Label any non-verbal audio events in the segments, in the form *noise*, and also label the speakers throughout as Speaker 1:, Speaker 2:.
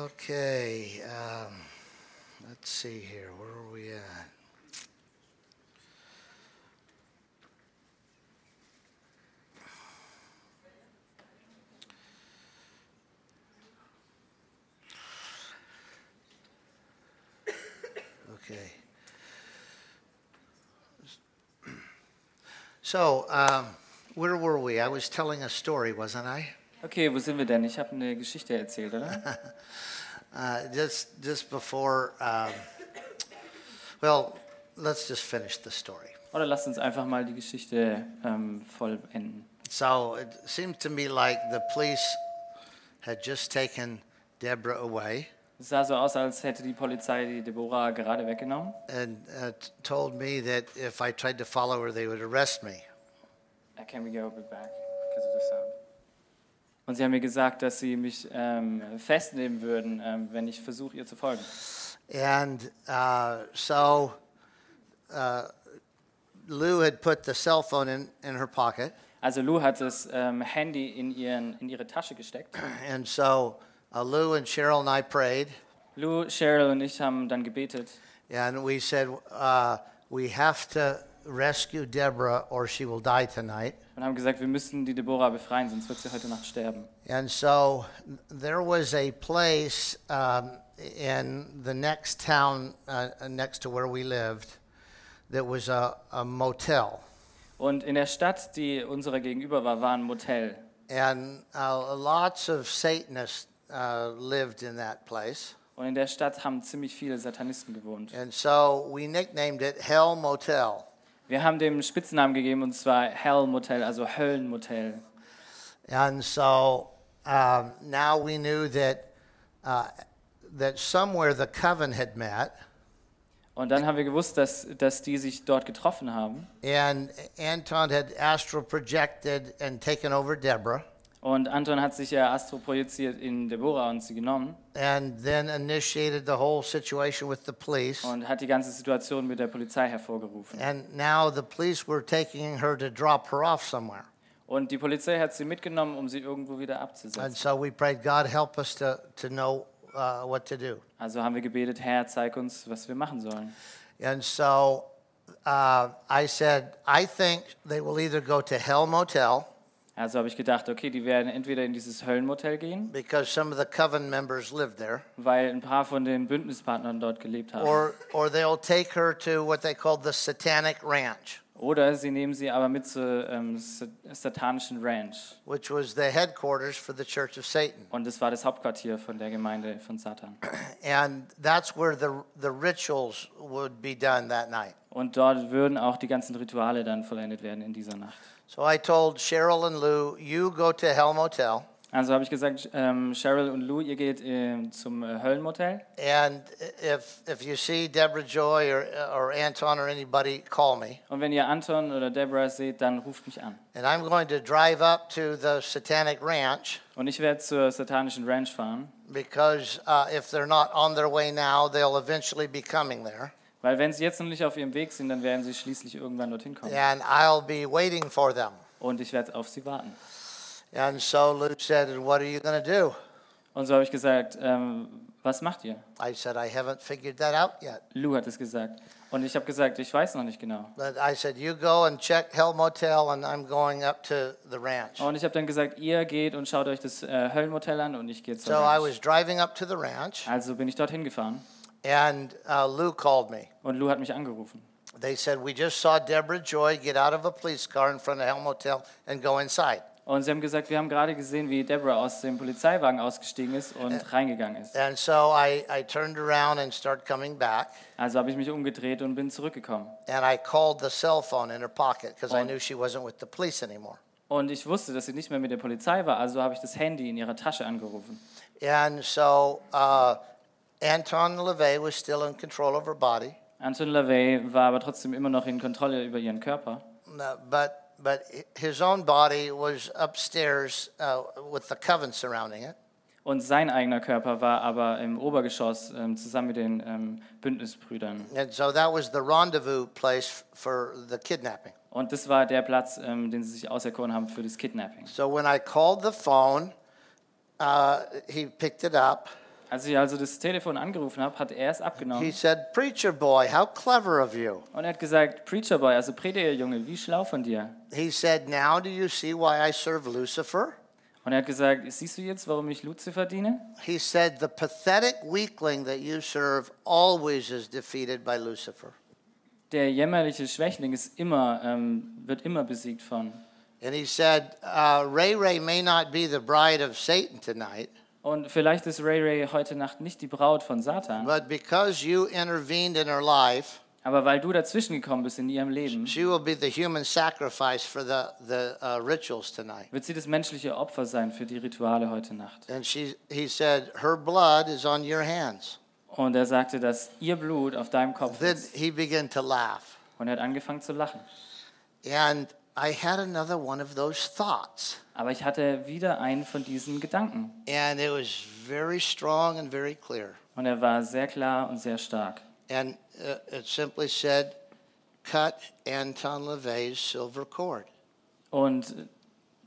Speaker 1: Okay, um, let's see here. Where are we at? Okay. So, um, where were we? I was telling a story, wasn't I?
Speaker 2: Okay, wo sind wir denn? Ich habe eine Geschichte erzählt, oder?
Speaker 1: Uh, just just before. Um, well, let's just finish the story.
Speaker 2: Oder lasst uns einfach mal die Geschichte ähm, vollenden.
Speaker 1: So it seemed to me like the police had just taken Deborah away
Speaker 2: Es sah so aus, als hätte die Polizei die Deborah gerade weggenommen.
Speaker 1: and uh, t- told me that if I tried to follow her, they would arrest me.
Speaker 2: Uh, can we go a bit back because of the sound? Und sie haben mir gesagt, dass sie mich ähm, festnehmen würden, ähm, wenn ich versuche, ihr zu folgen.
Speaker 1: And uh, so uh, Lou had put the cell phone in, in her pocket. *clears throat*
Speaker 2: Also Lou hat das ähm, Handy in, ihren, in ihre Tasche gesteckt.
Speaker 1: And so uh, Lou and Cheryl and I prayed.
Speaker 2: Lou, Cheryl und ich haben dann gebetet.
Speaker 1: And we said, uh, we have to rescue Deborah or she will die tonight.
Speaker 2: und haben gesagt, wir müssen die Deborah befreien, sonst wird sie heute Nacht sterben.
Speaker 1: And so there was a place um, in the next town uh, next to where we lived that was a, a motel.
Speaker 2: Und in der Stadt, die unserer gegenüber war, war ein Motel.
Speaker 1: And uh, lots of Satanists uh, lived in that place.
Speaker 2: Und in der Stadt haben ziemlich viele Satanisten gewohnt.
Speaker 1: And so we nicknamed it Hell Motel.
Speaker 2: Wir haben dem Spitznamen gegeben, und zwar Hell Motel, also Höllenmotel.
Speaker 1: And so um, now we knew that, uh, that somewhere the coven had met,
Speaker 2: Und dann haben wir gewusst, dass, dass die sich dort getroffen haben.
Speaker 1: and Anton had astral projected and taken over Deborah,
Speaker 2: Und Anton hat sich ja Astro projiziert in Deborah und sie genommen
Speaker 1: and then initiated the whole situation with the police.
Speaker 2: und hat die ganze Situation mit der Polizei hervorgerufen.
Speaker 1: And now the police were taking her to drop her off somewhere.
Speaker 2: Und die Polizei hat sie mitgenommen, um sie irgendwo wieder
Speaker 1: And
Speaker 2: abzusetzen.
Speaker 1: so we prayed, God help us to, to know uh, what to do.
Speaker 2: Also haben wir gebetet, Herr, zeig uns, was wir machen sollen.
Speaker 1: And so uh, I said, I think they will either go to Hell Motel
Speaker 2: Also habe ich gedacht, okay, die werden entweder in dieses Höllenmotel gehen,
Speaker 1: because some of the coven members lived there,
Speaker 2: weil ein paar von den Bündnispartnern dort gelebt haben.
Speaker 1: or or they'll take her to what they called the Satanic Ranch,
Speaker 2: Oder sie nehmen sie aber mit zur ähm, sa- satanischen Ranch.
Speaker 1: which was the headquarters for the Church of Satan,
Speaker 2: Und das war das Hauptquartier von der Gemeinde von Satan.
Speaker 1: and that's where the the rituals would be done that night.
Speaker 2: Und dort würden auch die ganzen Rituale dann vollendet werden in dieser Nacht.
Speaker 1: So I told Cheryl and Lou, you go to Hell Motel,
Speaker 2: Also habe ich gesagt, ähm, Cheryl und Lou, ihr geht ähm, zum äh, Höllenmotel.
Speaker 1: and if if you see Deborah Joy or or Anton or anybody, call me.
Speaker 2: Und wenn ihr Anton oder Deborah seht, dann ruft mich an.
Speaker 1: And I'm going to drive up to the Satanic Ranch
Speaker 2: Und ich werde zur satanischen Ranch fahren,
Speaker 1: because uh, if they're not on their way now, they'll eventually be coming there.
Speaker 2: weil wenn sie jetzt noch nicht auf ihrem Weg sind, dann werden sie schließlich irgendwann dorthin kommen.
Speaker 1: and I'll be waiting for them.
Speaker 2: Und ich werde auf sie warten.
Speaker 1: And so Luke said, And what are you going to do?
Speaker 2: Und so habe ich gesagt, ähm, was macht ihr?
Speaker 1: I said, I haven't figured that out yet.
Speaker 2: Lou hat es gesagt. Und ich habe gesagt, ich weiß noch nicht genau.
Speaker 1: But I said, You go and check Hell Motel, and I'm going up to the ranch.
Speaker 2: Und ich habe dann gesagt, ihr geht und schaut euch das äh, Höllenmotel an und ich gehe zur
Speaker 1: So I
Speaker 2: Ranch.
Speaker 1: was driving up to the ranch,
Speaker 2: Also bin ich dorthin gefahren
Speaker 1: and uh, Lou called me.
Speaker 2: und Lou hat mich angerufen.
Speaker 1: They said, We just saw Deborah Joy get out of a police car in front of Hell Motel and go inside.
Speaker 2: Und sie haben gesagt, wir haben gerade gesehen, wie Deborah aus dem Polizeiwagen ausgestiegen ist und
Speaker 1: Äh.
Speaker 2: reingegangen ist.
Speaker 1: And so I, I turned around and started coming back,
Speaker 2: Also habe ich mich umgedreht und bin zurückgekommen.
Speaker 1: and I called the cell phone in her pocket because I knew she wasn't with the police anymore.
Speaker 2: Und ich wusste, dass sie nicht mehr mit der Polizei war, also habe ich das Handy in ihrer Tasche angerufen.
Speaker 1: And so uh, Anton LaVey was still in control of her body,
Speaker 2: Anton LaVey war aber trotzdem immer noch in Kontrolle über ihren Körper.
Speaker 1: uh, but, but his own body was upstairs uh, with the coven surrounding it.
Speaker 2: Und sein eigener Körper war aber im Obergeschoss ähm, zusammen mit den ähm, Bündnisbrüdern.
Speaker 1: And so that was the rendezvous place for the kidnapping.
Speaker 2: Und das war der Platz, ähm, den sie sich auserkoren haben für das Kidnapping.
Speaker 1: So when I called the phone, uh, he picked it up
Speaker 2: Als ich also das Telefon angerufen habe, hat er es
Speaker 1: He
Speaker 2: abgenommen.
Speaker 1: said, Preacher boy, how clever of you.
Speaker 2: Und er hat gesagt, Preacher Boy, also Prediger Junge, wie schlau von dir.
Speaker 1: He said, Now do you see why I serve Lucifer?
Speaker 2: Und er hat gesagt, siehst du jetzt, warum ich Luzifer diene?
Speaker 1: He said, The pathetic weakling that you serve always is defeated by Lucifer.
Speaker 2: Der jämmerliche Schwächling ist immer, ähm, wird immer besiegt von.
Speaker 1: And he said, uh, Ray Ray may not be the bride of Satan tonight,
Speaker 2: Und vielleicht ist Ray Ray heute Nacht nicht die Braut von Satan,
Speaker 1: but because you intervened in her life,
Speaker 2: aber weil du dazwischen gekommen bist in ihrem Leben,
Speaker 1: she will be the human sacrifice for the, the uh, rituals tonight.
Speaker 2: wird sie das menschliche Opfer sein für die Rituale heute Nacht.
Speaker 1: And she, he said, Her blood is on your hands.
Speaker 2: Und er sagte, dass ihr Blut auf deinem Kopf
Speaker 1: Then
Speaker 2: ist.
Speaker 1: he began to laugh.
Speaker 2: Und er hat angefangen zu lachen.
Speaker 1: And I had another one of those thoughts.
Speaker 2: Aber ich hatte wieder einen von diesen Gedanken.
Speaker 1: And it was very strong and very clear.
Speaker 2: Und er war sehr klar und sehr stark.
Speaker 1: And uh, it simply said, Cut Anton LaVey's silver cord.
Speaker 2: Und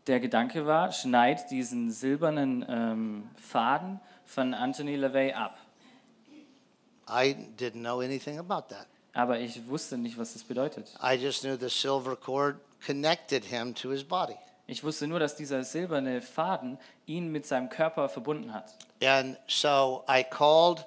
Speaker 2: der Gedanke war, schneid diesen silbernen ähm, Faden von Anthony LaVey ab.
Speaker 1: I didn't know anything about that.
Speaker 2: Aber ich wusste nicht, was das bedeutet.
Speaker 1: I just knew the silver cord connected him to his body.
Speaker 2: Ich wusste nur, dass dieser silberne Faden ihn mit seinem Körper verbunden hat.
Speaker 1: And so I called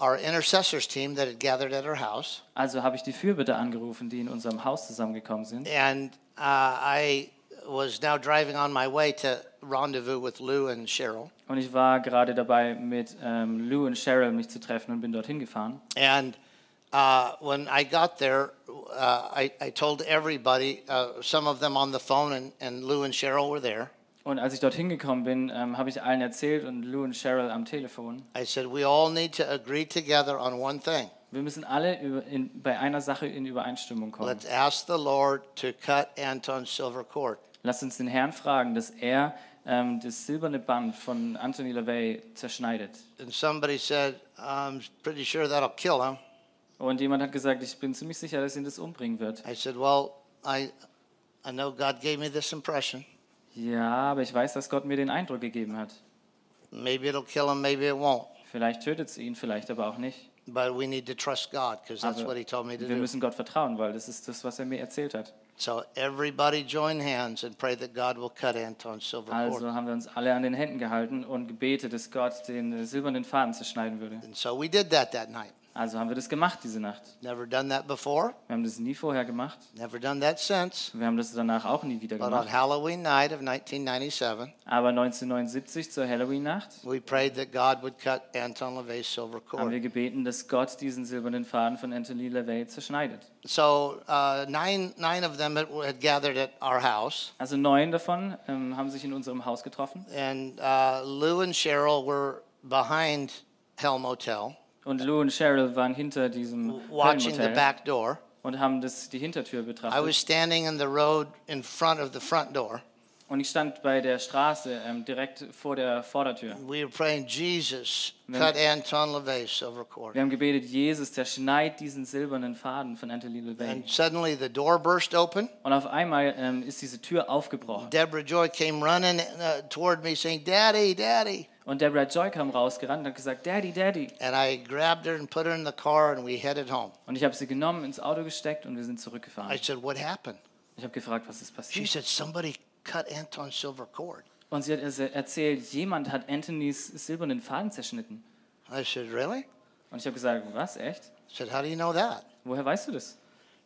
Speaker 1: our intercessors team that had gathered at our house.
Speaker 2: Also habe ich die Fürbitter angerufen, die in unserem Haus zusammengekommen sind.
Speaker 1: And uh, I was now driving on my way to rendezvous with Lou and Cheryl.
Speaker 2: Und ich war gerade dabei, mit ähm, Lou und Cheryl mich zu treffen und bin dorthin gefahren.
Speaker 1: And uh, when I got there, uh, I, I told everybody, uh, some of them on the phone, and, and Lou and Cheryl were there.
Speaker 2: Und als ich dorthin gekommen bin, ähm, habe ich allen erzählt und Lou und Cheryl am Telefon.
Speaker 1: I said, We all need to agree together on one thing.
Speaker 2: Wir müssen alle über, in, bei einer Sache in Übereinstimmung kommen.
Speaker 1: Let's ask the Lord to cut Anton's silver cord.
Speaker 2: Lasst uns den Herrn fragen, dass er ähm, das silberne Band von Anthony LaVey zerschneidet.
Speaker 1: And somebody said, I'm pretty sure that'll kill him.
Speaker 2: Und jemand hat gesagt, ich bin ziemlich sicher, dass ihn das umbringen wird.
Speaker 1: I said, Well, I, I know God gave me this impression.
Speaker 2: Ja, aber ich weiß, dass Gott mir den Eindruck gegeben hat.
Speaker 1: Maybe it'll kill him, maybe it won't.
Speaker 2: Vielleicht tötet es ihn, vielleicht aber auch nicht.
Speaker 1: But we need to trust God because that's
Speaker 2: Aber
Speaker 1: what He told me to
Speaker 2: Wir
Speaker 1: do.
Speaker 2: müssen Gott vertrauen, weil das ist das, was er mir erzählt hat.
Speaker 1: So everybody join hands and pray that God will cut Anton's silver cord.
Speaker 2: Also haben wir uns alle an den Händen gehalten und gebetet, dass Gott den äh, silbernen Faden zerschneiden würde.
Speaker 1: And so we did that that night.
Speaker 2: Also haben wir das gemacht diese Nacht.
Speaker 1: Never done that before,
Speaker 2: Wir haben das nie vorher gemacht.
Speaker 1: never done that since.
Speaker 2: Wir haben das danach auch nie wieder
Speaker 1: But on
Speaker 2: gemacht.
Speaker 1: Halloween night of 1997,
Speaker 2: Aber 1979 zur Halloween-Nacht
Speaker 1: we prayed that God would cut Anton LaVey's silver
Speaker 2: haben wir
Speaker 1: cord.
Speaker 2: gebeten, dass Gott diesen silbernen Faden von Anthony LaVey zerschneidet.
Speaker 1: So uh, nine, nine of them had- had gathered at our house.
Speaker 2: Also neun davon ähm, haben sich in unserem Haus getroffen
Speaker 1: And uh, Lou and Cheryl were behind Hell Motel,
Speaker 2: und Lou und Cheryl waren hinter diesem
Speaker 1: watching the
Speaker 2: Höllenmotel
Speaker 1: back door.
Speaker 2: und haben das, die Hintertür
Speaker 1: I was
Speaker 2: betrachtet.
Speaker 1: standing in the road in front of the front door.
Speaker 2: Und ich stand bei der Straße ähm, direkt vor der Vordertür.
Speaker 1: We were praying, Jesus,
Speaker 2: Amen.
Speaker 1: cut Anton LaVey's silver cord.
Speaker 2: Wir haben gebetet, Jesus zerschneid diesen silbernen Faden von Anthony LaVey.
Speaker 1: And suddenly the door burst open.
Speaker 2: Und auf einmal ähm, ist diese Tür aufgebrochen
Speaker 1: Deborah Joy came running uh, toward me saying, Daddy, Daddy.
Speaker 2: und Deborah Joy kam rausgerannt und hat gesagt, Daddy, Daddy.
Speaker 1: And I grabbed her and put her in the car and we headed home.
Speaker 2: Und ich habe sie genommen, ins Auto gesteckt und wir sind
Speaker 1: I
Speaker 2: zurückgefahren.
Speaker 1: said, What happened?
Speaker 2: Ich habe gefragt, was ist
Speaker 1: She
Speaker 2: passiert?
Speaker 1: said, Somebody cut Anton's silver cord.
Speaker 2: Und sie hat er- erzählt, jemand hat Anthony's silbernen Faden zerschnitten.
Speaker 1: I said, Really? I
Speaker 2: Und ich habe gesagt, was, echt?
Speaker 1: said, How do you know that?
Speaker 2: Woher weißt du das?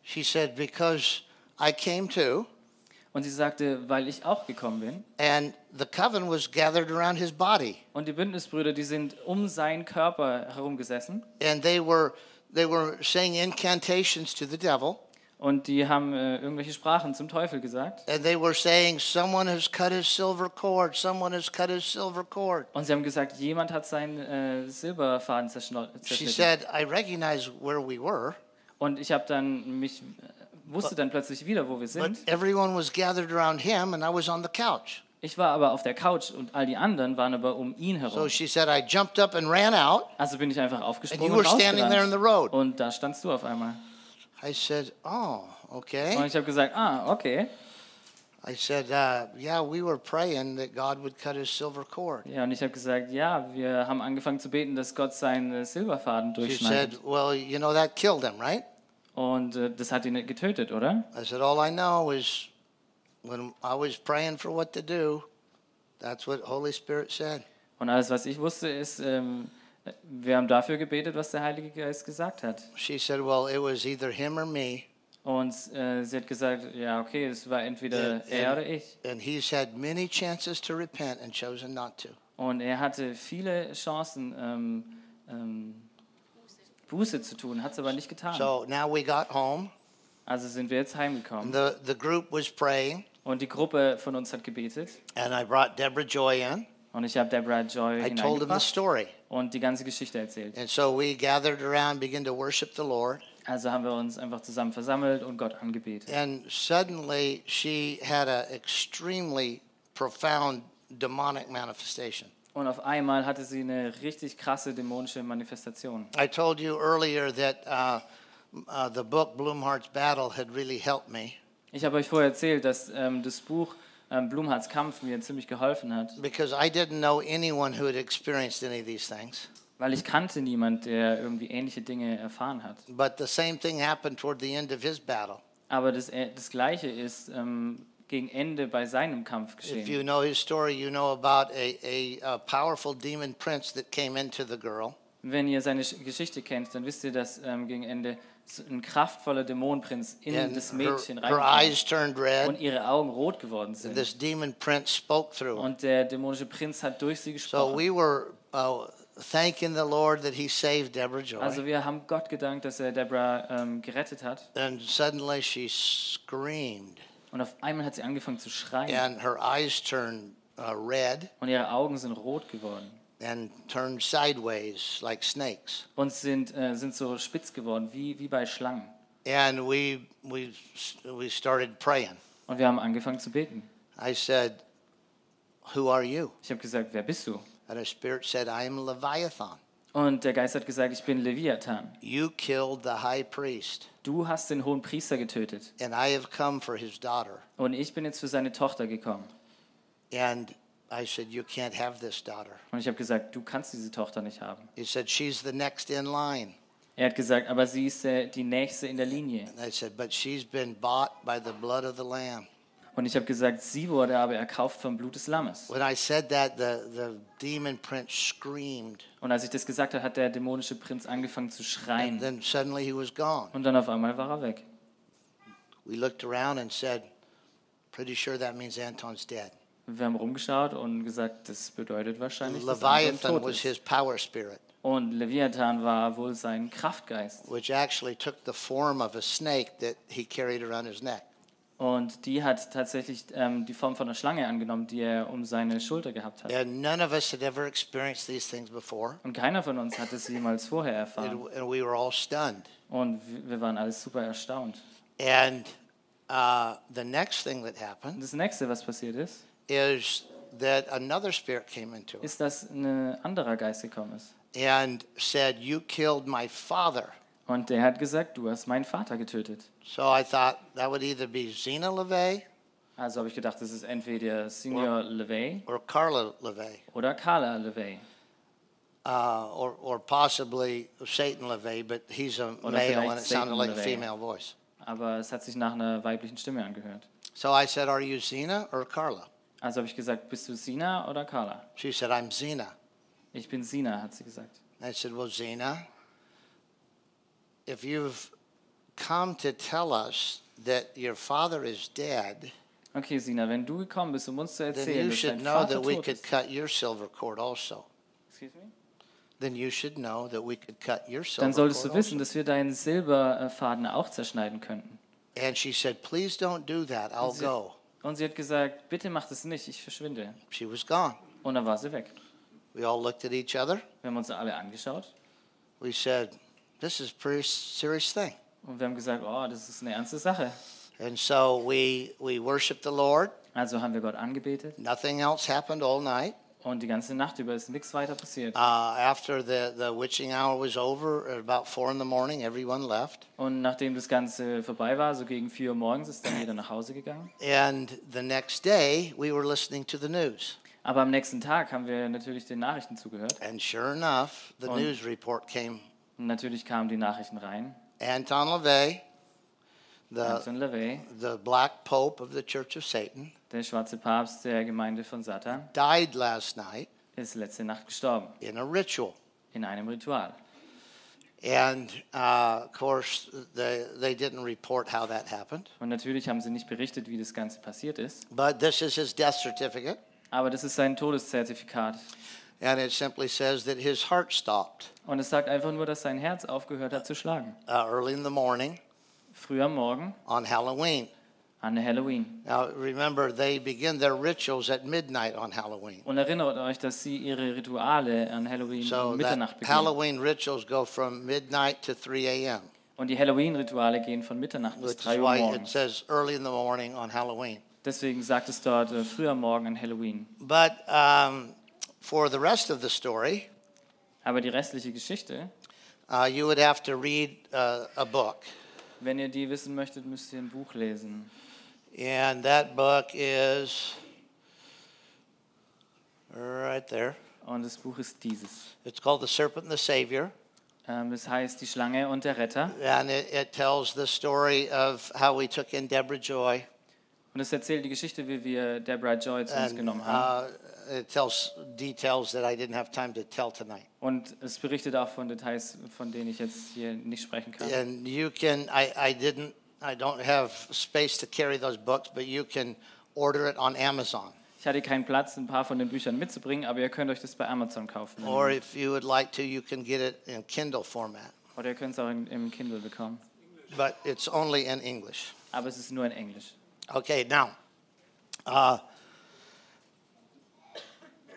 Speaker 1: She said, Because I came to
Speaker 2: Und sie sagte, weil ich auch gekommen bin.
Speaker 1: and the coven was gathered around his body.
Speaker 2: Und die Bündnisbrüder, die sind um seinen Körper herumgesessen.
Speaker 1: And they were, they were saying incantations to the devil.
Speaker 2: Und die haben äh, irgendwelche Sprachen zum Teufel gesagt.
Speaker 1: And they were saying, Someone has cut his silver cord. Someone has cut his silver cord.
Speaker 2: Und sie haben gesagt, jemand hat seinen äh, Silberfaden zerschno-
Speaker 1: She
Speaker 2: zerschnitten.
Speaker 1: said, I recognize where we were,
Speaker 2: Und ich habe dann mich äh, wusste dann plötzlich wieder, wo wir
Speaker 1: but
Speaker 2: sind.
Speaker 1: everyone was gathered around him and I was on the couch.
Speaker 2: Ich war aber auf der Couch und all die anderen waren aber um ihn
Speaker 1: So
Speaker 2: herum.
Speaker 1: she said, I jumped up and ran out,
Speaker 2: Also bin ich einfach
Speaker 1: and
Speaker 2: aufgesprungen
Speaker 1: you
Speaker 2: und
Speaker 1: were standing there in
Speaker 2: rausgerannt.
Speaker 1: the road.
Speaker 2: Und da standst du auf einmal.
Speaker 1: I said, Oh,
Speaker 2: Und
Speaker 1: okay.
Speaker 2: ich habe gesagt, ah, okay.
Speaker 1: I said, uh, Yeah, we were praying that God would cut his silver cord.
Speaker 2: Ja, und ich habe gesagt, ja, wir haben angefangen zu beten, dass Gott seinen äh, Silberfaden
Speaker 1: She said,
Speaker 2: durchschneidet.
Speaker 1: Well, you know, that killed him, right?
Speaker 2: Und äh, das hat ihn getötet, oder?
Speaker 1: I said, All I know is when I was praying for what to do, that's what Holy Spirit said.
Speaker 2: Und alles, was ich wusste, ist, ähm, wir haben dafür gebetet, was der Heilige Geist gesagt hat.
Speaker 1: She said, Well, it was either him or me,
Speaker 2: Und äh, sie hat gesagt, ja, okay, es war
Speaker 1: Ja,
Speaker 2: entweder
Speaker 1: ähm. ja.
Speaker 2: er oder ich.
Speaker 1: and he's had many chances to repent and chosen not to.
Speaker 2: Und er hatte viele Chancen, ähm, ähm, Buße zu tun, hat es aber nicht getan.
Speaker 1: So now we got home.
Speaker 2: Also sind wir jetzt heimgekommen.
Speaker 1: The, the group was praying,
Speaker 2: Und die Gruppe von uns hat gebetet.
Speaker 1: and I brought Deborah Joy in.
Speaker 2: Und ich habe Deborah Joy
Speaker 1: I told them the
Speaker 2: hineingebracht
Speaker 1: story.
Speaker 2: und die ganze Geschichte erzählt.
Speaker 1: And so we gathered around, began to worship the Lord.
Speaker 2: Also haben wir uns einfach zusammen versammelt und Gott angebetet.
Speaker 1: And suddenly she had an extremely profound demonic manifestation.
Speaker 2: Und auf einmal hatte sie eine richtig krasse dämonische Manifestation.
Speaker 1: I told you earlier that uh, uh, the book Bloomhart's Battle had really helped me
Speaker 2: Ich habe euch vorher erzählt, dass ähm, das Buch ähm, Blumhards Kampf mir ziemlich geholfen hat,
Speaker 1: because I didn't know anyone who had experienced any of these things.
Speaker 2: weil ich kannte niemand, der irgendwie ähnliche Dinge erfahren hat.
Speaker 1: But the same thing happened toward the end of his battle.
Speaker 2: Aber das, äh, das Gleiche ist ähm, gegen Ende bei seinem Kampf
Speaker 1: If
Speaker 2: geschehen.
Speaker 1: you know his story, you know about a, a, uh powerful demon prince that came into the girl.
Speaker 2: Wenn ihr seine Sch- Geschichte kennt, dann wisst ihr, dass ähm, gegen Ende so ein kraftvoller Dämonenprinz in
Speaker 1: And
Speaker 2: das
Speaker 1: her,
Speaker 2: Mädchen
Speaker 1: her
Speaker 2: reinkam
Speaker 1: eyes turned
Speaker 2: und
Speaker 1: red.
Speaker 2: ihre Augen rot geworden sind.
Speaker 1: This demon prince spoke through her.
Speaker 2: Und der dämonische Prinz hat durch sie
Speaker 1: So
Speaker 2: gesprochen.
Speaker 1: we were uh, thanking the Lord that he saved Deborah Joy.
Speaker 2: also wir haben Gott gedankt, dass er Deborah ähm, gerettet hat.
Speaker 1: and suddenly she screamed,
Speaker 2: Und auf einmal hat sie angefangen zu schreien.
Speaker 1: and her eyes turned uh, red
Speaker 2: Und ihre Augen sind rot geworden.
Speaker 1: and turned sideways like snakes.
Speaker 2: Und sind, äh, sind so spitz geworden, wie, wie bei Schlangen.
Speaker 1: And we, we, we started praying.
Speaker 2: Und wir haben angefangen zu beten.
Speaker 1: I said, Who are you?
Speaker 2: Ich habe gesagt, wer bist du?
Speaker 1: And the Spirit said, I am Leviathan.
Speaker 2: Und der Geist hat gesagt, ich bin Leviathan.
Speaker 1: You killed the high priest,
Speaker 2: Du hast den hohen Priester getötet.
Speaker 1: and I have come for his daughter.
Speaker 2: Und ich bin jetzt für seine Tochter gekommen.
Speaker 1: And I said, You can't have this daughter.
Speaker 2: Und ich habe gesagt, du kannst diese Tochter nicht haben.
Speaker 1: He said, She's the next in line.
Speaker 2: Er hat gesagt, aber sie ist äh, die Nächste in der Linie.
Speaker 1: And I said, But she's been bought by the blood of the Lamb.
Speaker 2: Und ich habe gesagt, sie wurde aber erkauft vom Blut des Lammes.
Speaker 1: When I said that, the, the demon prince screamed.
Speaker 2: Und als ich das gesagt habe, hat der dämonische Prinz angefangen zu
Speaker 1: And
Speaker 2: schreien.
Speaker 1: then suddenly he was gone.
Speaker 2: Und dann auf einmal war er weg.
Speaker 1: We looked around and said, Pretty sure that means Anton's dead.
Speaker 2: Und Wir haben rumgeschaut und gesagt, das bedeutet wahrscheinlich, dass Anton
Speaker 1: Leviathan
Speaker 2: tot
Speaker 1: was
Speaker 2: ist.
Speaker 1: his power spirit,
Speaker 2: Und Leviathan war wohl sein Kraftgeist.
Speaker 1: which actually took the form of a snake that he carried around his neck.
Speaker 2: Und die hat tatsächlich ähm, die Form von einer Schlange angenommen, die er um seine Schulter gehabt hat.
Speaker 1: And none of us had ever experienced these things before.
Speaker 2: Und keiner von uns hat es jemals vorher erfahren.
Speaker 1: And, and we were all stunned.
Speaker 2: Und w- wir waren alles super erstaunt.
Speaker 1: And uh, the next thing that
Speaker 2: Und
Speaker 1: happened
Speaker 2: das nächste, was passiert ist,
Speaker 1: is that another spirit came into us
Speaker 2: ist, dass ein anderer Geist gekommen ist.
Speaker 1: and said, You killed my father.
Speaker 2: Und der hat gesagt, du hast meinen Vater getötet.
Speaker 1: So I thought that would either be Zena LeVay
Speaker 2: Also habe ich gedacht, das ist entweder Senior LeVay
Speaker 1: or Carla LeVay
Speaker 2: oder Carla LeVay.
Speaker 1: uh, or, or possibly Satan LeVay, but he's a
Speaker 2: Or
Speaker 1: male and
Speaker 2: vielleicht
Speaker 1: it sounded
Speaker 2: Satan
Speaker 1: like a
Speaker 2: LeVay.
Speaker 1: female voice.
Speaker 2: Aber es hat sich nach einer weiblichen Stimme angehört.
Speaker 1: So I said, Are you Zena or Carla?
Speaker 2: Also habe ich gesagt, bist du Sina oder Carla?
Speaker 1: She said, I'm Zena.
Speaker 2: Ich bin Sina, hat sie gesagt.
Speaker 1: And I said, Well, Zena, if you've come to tell us that your father is dead,
Speaker 2: Okay, Sina, wenn du gekommen bist, um uns zu
Speaker 1: then you
Speaker 2: erzählen, dass dein
Speaker 1: should know
Speaker 2: Vater
Speaker 1: that we
Speaker 2: tot
Speaker 1: could
Speaker 2: ist,
Speaker 1: cut your silver cord also.
Speaker 2: Excuse me?
Speaker 1: Then you should know that we could cut your silver
Speaker 2: dann solltest du
Speaker 1: cord also.
Speaker 2: wissen, dass wir deinen Silberfaden auch zerschneiden könnten.
Speaker 1: And she said, Please don't do that. I'll
Speaker 2: it-
Speaker 1: go.
Speaker 2: Und sie hat gesagt, bitte mach das nicht, ich verschwinde.
Speaker 1: She was gone.
Speaker 2: Und dann war sie weg.
Speaker 1: We all looked at each other.
Speaker 2: Wir haben uns alle angeschaut
Speaker 1: We said, This is a pretty serious thing.
Speaker 2: und wir haben gesagt, oh, das ist eine ernste Sache.
Speaker 1: And so we, we worshiped the Lord.
Speaker 2: Also haben wir Gott angebetet
Speaker 1: Nothing else happened all night.
Speaker 2: Und die ganze Nacht über ist nichts weiter passiert.
Speaker 1: Uh, after the, the witching hour was over, at about four in the morning, everyone left.
Speaker 2: Und nachdem das Ganze vorbei war, so gegen 4 Uhr morgens, ist dann jeder nach Hause gegangen.
Speaker 1: And the next day, we were listening to the news.
Speaker 2: Aber am nächsten Tag haben wir natürlich den Nachrichten zugehört.
Speaker 1: And sure enough, the
Speaker 2: Und-
Speaker 1: news report came.
Speaker 2: Und natürlich kamen die Nachrichten rein.
Speaker 1: Anton LaVey, the,
Speaker 2: Anton LaVey,
Speaker 1: the black pope of the Church of Satan,
Speaker 2: der schwarze Papst der Gemeinde von Satan,
Speaker 1: died last night
Speaker 2: ist letzte Nacht gestorben.
Speaker 1: in a ritual.
Speaker 2: In einem Ritual.
Speaker 1: And uh, of course, they, they didn't report how that happened.
Speaker 2: Und natürlich haben sie nicht berichtet, wie das Ganze passiert ist.
Speaker 1: But this is his death certificate.
Speaker 2: Aber das ist sein Todeszertifikat.
Speaker 1: And it simply says that his heart stopped
Speaker 2: Und es sagt einfach nur, dass sein Herz aufgehört hat zu schlagen.
Speaker 1: uh, early in the morning
Speaker 2: Früh am Morgen,
Speaker 1: on Halloween.
Speaker 2: an Halloween.
Speaker 1: Now, remember, they begin their rituals at midnight on Halloween.
Speaker 2: Und erinnert euch, dass sie ihre Rituale an Halloween
Speaker 1: So that
Speaker 2: um Mitternacht beginnen.
Speaker 1: Halloween rituals go from midnight to 3 a.m.,
Speaker 2: Und die Halloween-Rituale gehen von Mitternacht bis
Speaker 1: which is
Speaker 2: 3 Uhr
Speaker 1: why it
Speaker 2: morgens.
Speaker 1: says early in the morning on Halloween.
Speaker 2: Deswegen sagt es dort äh, früh am Morgen an Halloween.
Speaker 1: But um, for the rest of the story,
Speaker 2: Aber die restliche Geschichte,
Speaker 1: uh, you would have to read uh, a book.
Speaker 2: wenn ihr die wissen möchtet, müsst ihr ein Buch lesen.
Speaker 1: And that book is right there.
Speaker 2: Und das Buch ist dieses.
Speaker 1: It's called The Serpent and the Savior.
Speaker 2: Ähm, es heißt Die Schlange und der Retter.
Speaker 1: And it, it tells the story of how we took in Deborah Joy.
Speaker 2: Und es erzählt die Geschichte, wie wir Deborah Joy zu uns
Speaker 1: And
Speaker 2: genommen haben.
Speaker 1: uh, it tells details that I didn't have time to tell tonight.
Speaker 2: Und es berichtet auch von Details, von denen ich jetzt hier nicht sprechen kann.
Speaker 1: And you can, I, I didn't, I don't have space to carry those books, but you can order it on Amazon.
Speaker 2: Ich hatte keinen Platz, ein paar von den Büchern mitzubringen, aber ihr könnt euch das bei Amazon kaufen.
Speaker 1: Or if you would like to, you can get it in Kindle format.
Speaker 2: Oder ihr könnt es auch in, im Kindle bekommen.
Speaker 1: But it's only in English.
Speaker 2: Aber es ist nur in Englisch.
Speaker 1: Okay, now, uh,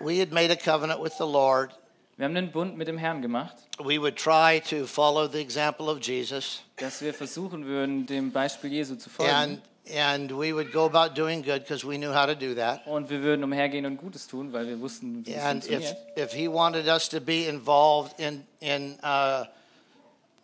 Speaker 1: we had made a covenant with the Lord.
Speaker 2: Wir haben einen Bund mit dem Herrn gemacht,
Speaker 1: We would try to follow the example of Jesus,
Speaker 2: dass wir versuchen würden, dem Beispiel Jesu zu
Speaker 1: and
Speaker 2: folgen.
Speaker 1: and we would go about doing good because we knew how to do that.
Speaker 2: Und wir würden umhergehen und Gutes tun, weil wir wussten, wie es
Speaker 1: And if
Speaker 2: funktioniert.
Speaker 1: if He wanted us to be involved in in uh,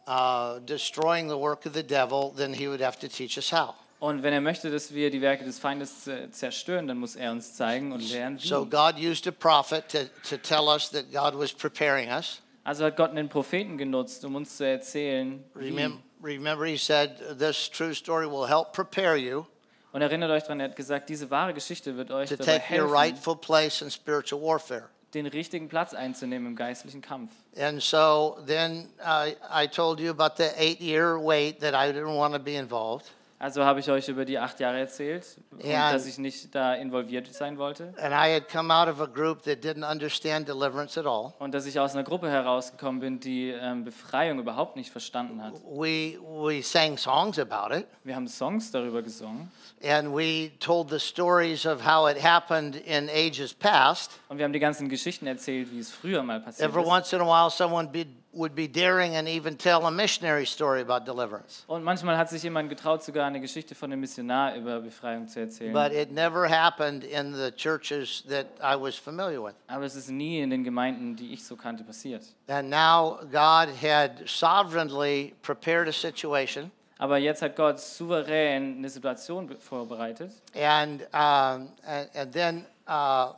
Speaker 1: uh, destroying the work of the devil, then He would have to teach us how.
Speaker 2: Und wenn er möchte, dass wir die Werke des Feindes äh, zerstören, dann muss er uns zeigen und lernen, wie.
Speaker 1: So God used a prophet to to tell us that God was preparing us.
Speaker 2: Also hat Gott einen Propheten genutzt, um uns zu erzählen. Wie.
Speaker 1: Remember, remember, he said, This true story will help prepare you
Speaker 2: Und erinnert euch daran, er hat gesagt, diese wahre Geschichte wird euch
Speaker 1: to
Speaker 2: dabei
Speaker 1: take your
Speaker 2: helfen,
Speaker 1: rightful place in spiritual warfare.
Speaker 2: den richtigen Platz einzunehmen im geistlichen Kampf.
Speaker 1: And so then uh, I told you about the eight year wait that I didn't want to be involved.
Speaker 2: Also habe ich euch über die acht Jahre erzählt und
Speaker 1: Ja.
Speaker 2: dass ich nicht da involviert sein wollte
Speaker 1: And I had come out of a group that didn't understand deliverance at all.
Speaker 2: und dass ich aus einer Gruppe herausgekommen bin, die ähm, Befreiung überhaupt nicht verstanden hat.
Speaker 1: We, we sang songs about it,
Speaker 2: Wir haben Songs darüber gesungen
Speaker 1: and we told the stories of how it happened in ages past.
Speaker 2: und wir haben die ganzen Geschichten erzählt, wie es früher mal passiert
Speaker 1: Every
Speaker 2: ist.
Speaker 1: once in a while, someone be, would be daring and even tell a missionary story about deliverance.
Speaker 2: Und manchmal hat sich jemand getraut, sogar eine Geschichte von einem Missionar über Befreiung zu erzählen.
Speaker 1: But it never happened in the churches that I was familiar with.
Speaker 2: Aber es ist nie in den Gemeinden, die ich so kannte, passiert.
Speaker 1: And now God had sovereignly prepared a situation,
Speaker 2: Aber jetzt hat Gott souverän eine Situation be- vorbereitet.
Speaker 1: and um, and, and then uh,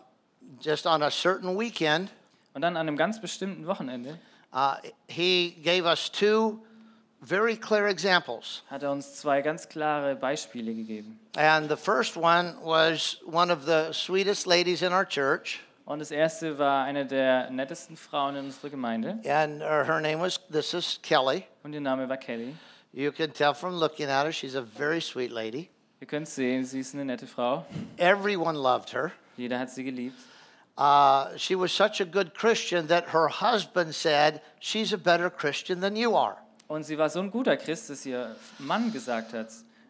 Speaker 1: just on a certain weekend,
Speaker 2: Und dann an einem ganz bestimmten Wochenende
Speaker 1: uh, He gave us two very clear examples.
Speaker 2: hat er uns zwei ganz klare Beispiele gegeben.
Speaker 1: And the first one was one of the sweetest ladies in our church,
Speaker 2: Und das erste war eine der nettesten Frauen in unserer Gemeinde.
Speaker 1: and uh, her, her name was this is Kelly.
Speaker 2: Und ihr Name war Kelly.
Speaker 1: You can tell from looking at her; she's a very sweet lady.
Speaker 2: Ihr könnt sehen, sie ist eine nette Frau.
Speaker 1: Everyone loved her.
Speaker 2: Jeder hat sie geliebt.
Speaker 1: Uh, she was such a good Christian that her husband said, She's a better Christian than you are.
Speaker 2: Und sie war so ein guter Christ, dass ihr Mann gesagt hat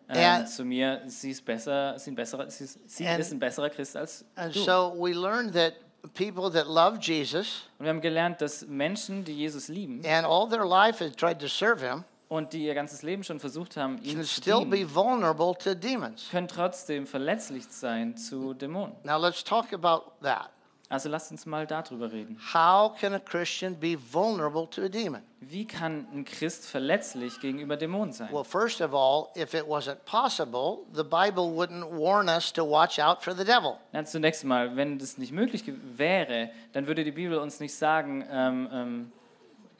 Speaker 2: ähm,
Speaker 1: Ja.
Speaker 2: zu mir, sie ist besser, sie, ein besserer, sie, ist, sie
Speaker 1: And-
Speaker 2: ist ein besserer Christ als
Speaker 1: And
Speaker 2: du.
Speaker 1: so we learned that people that love Jesus
Speaker 2: Und wir haben gelernt, dass Menschen, die Jesus lieben
Speaker 1: and all their life have tried to serve him
Speaker 2: und die ihr ganzes Leben schon versucht haben, ihn
Speaker 1: can
Speaker 2: zu
Speaker 1: still be
Speaker 2: dienen,
Speaker 1: vulnerable to demons.
Speaker 2: können trotzdem verletzlich sein zu Dämonen.
Speaker 1: Now let's talk about that.
Speaker 2: Also lasst uns mal darüber reden.
Speaker 1: How can a Christian be vulnerable to a demon?
Speaker 2: Wie kann ein Christ verletzlich gegenüber Dämonen sein?
Speaker 1: Well, first of all, if it wasn't possible, the Bible wouldn't warn us to watch out for the devil.
Speaker 2: Na, zunächst mal, wenn das nicht möglich ge- wäre, dann würde die Bibel uns nicht sagen, ähm, ähm,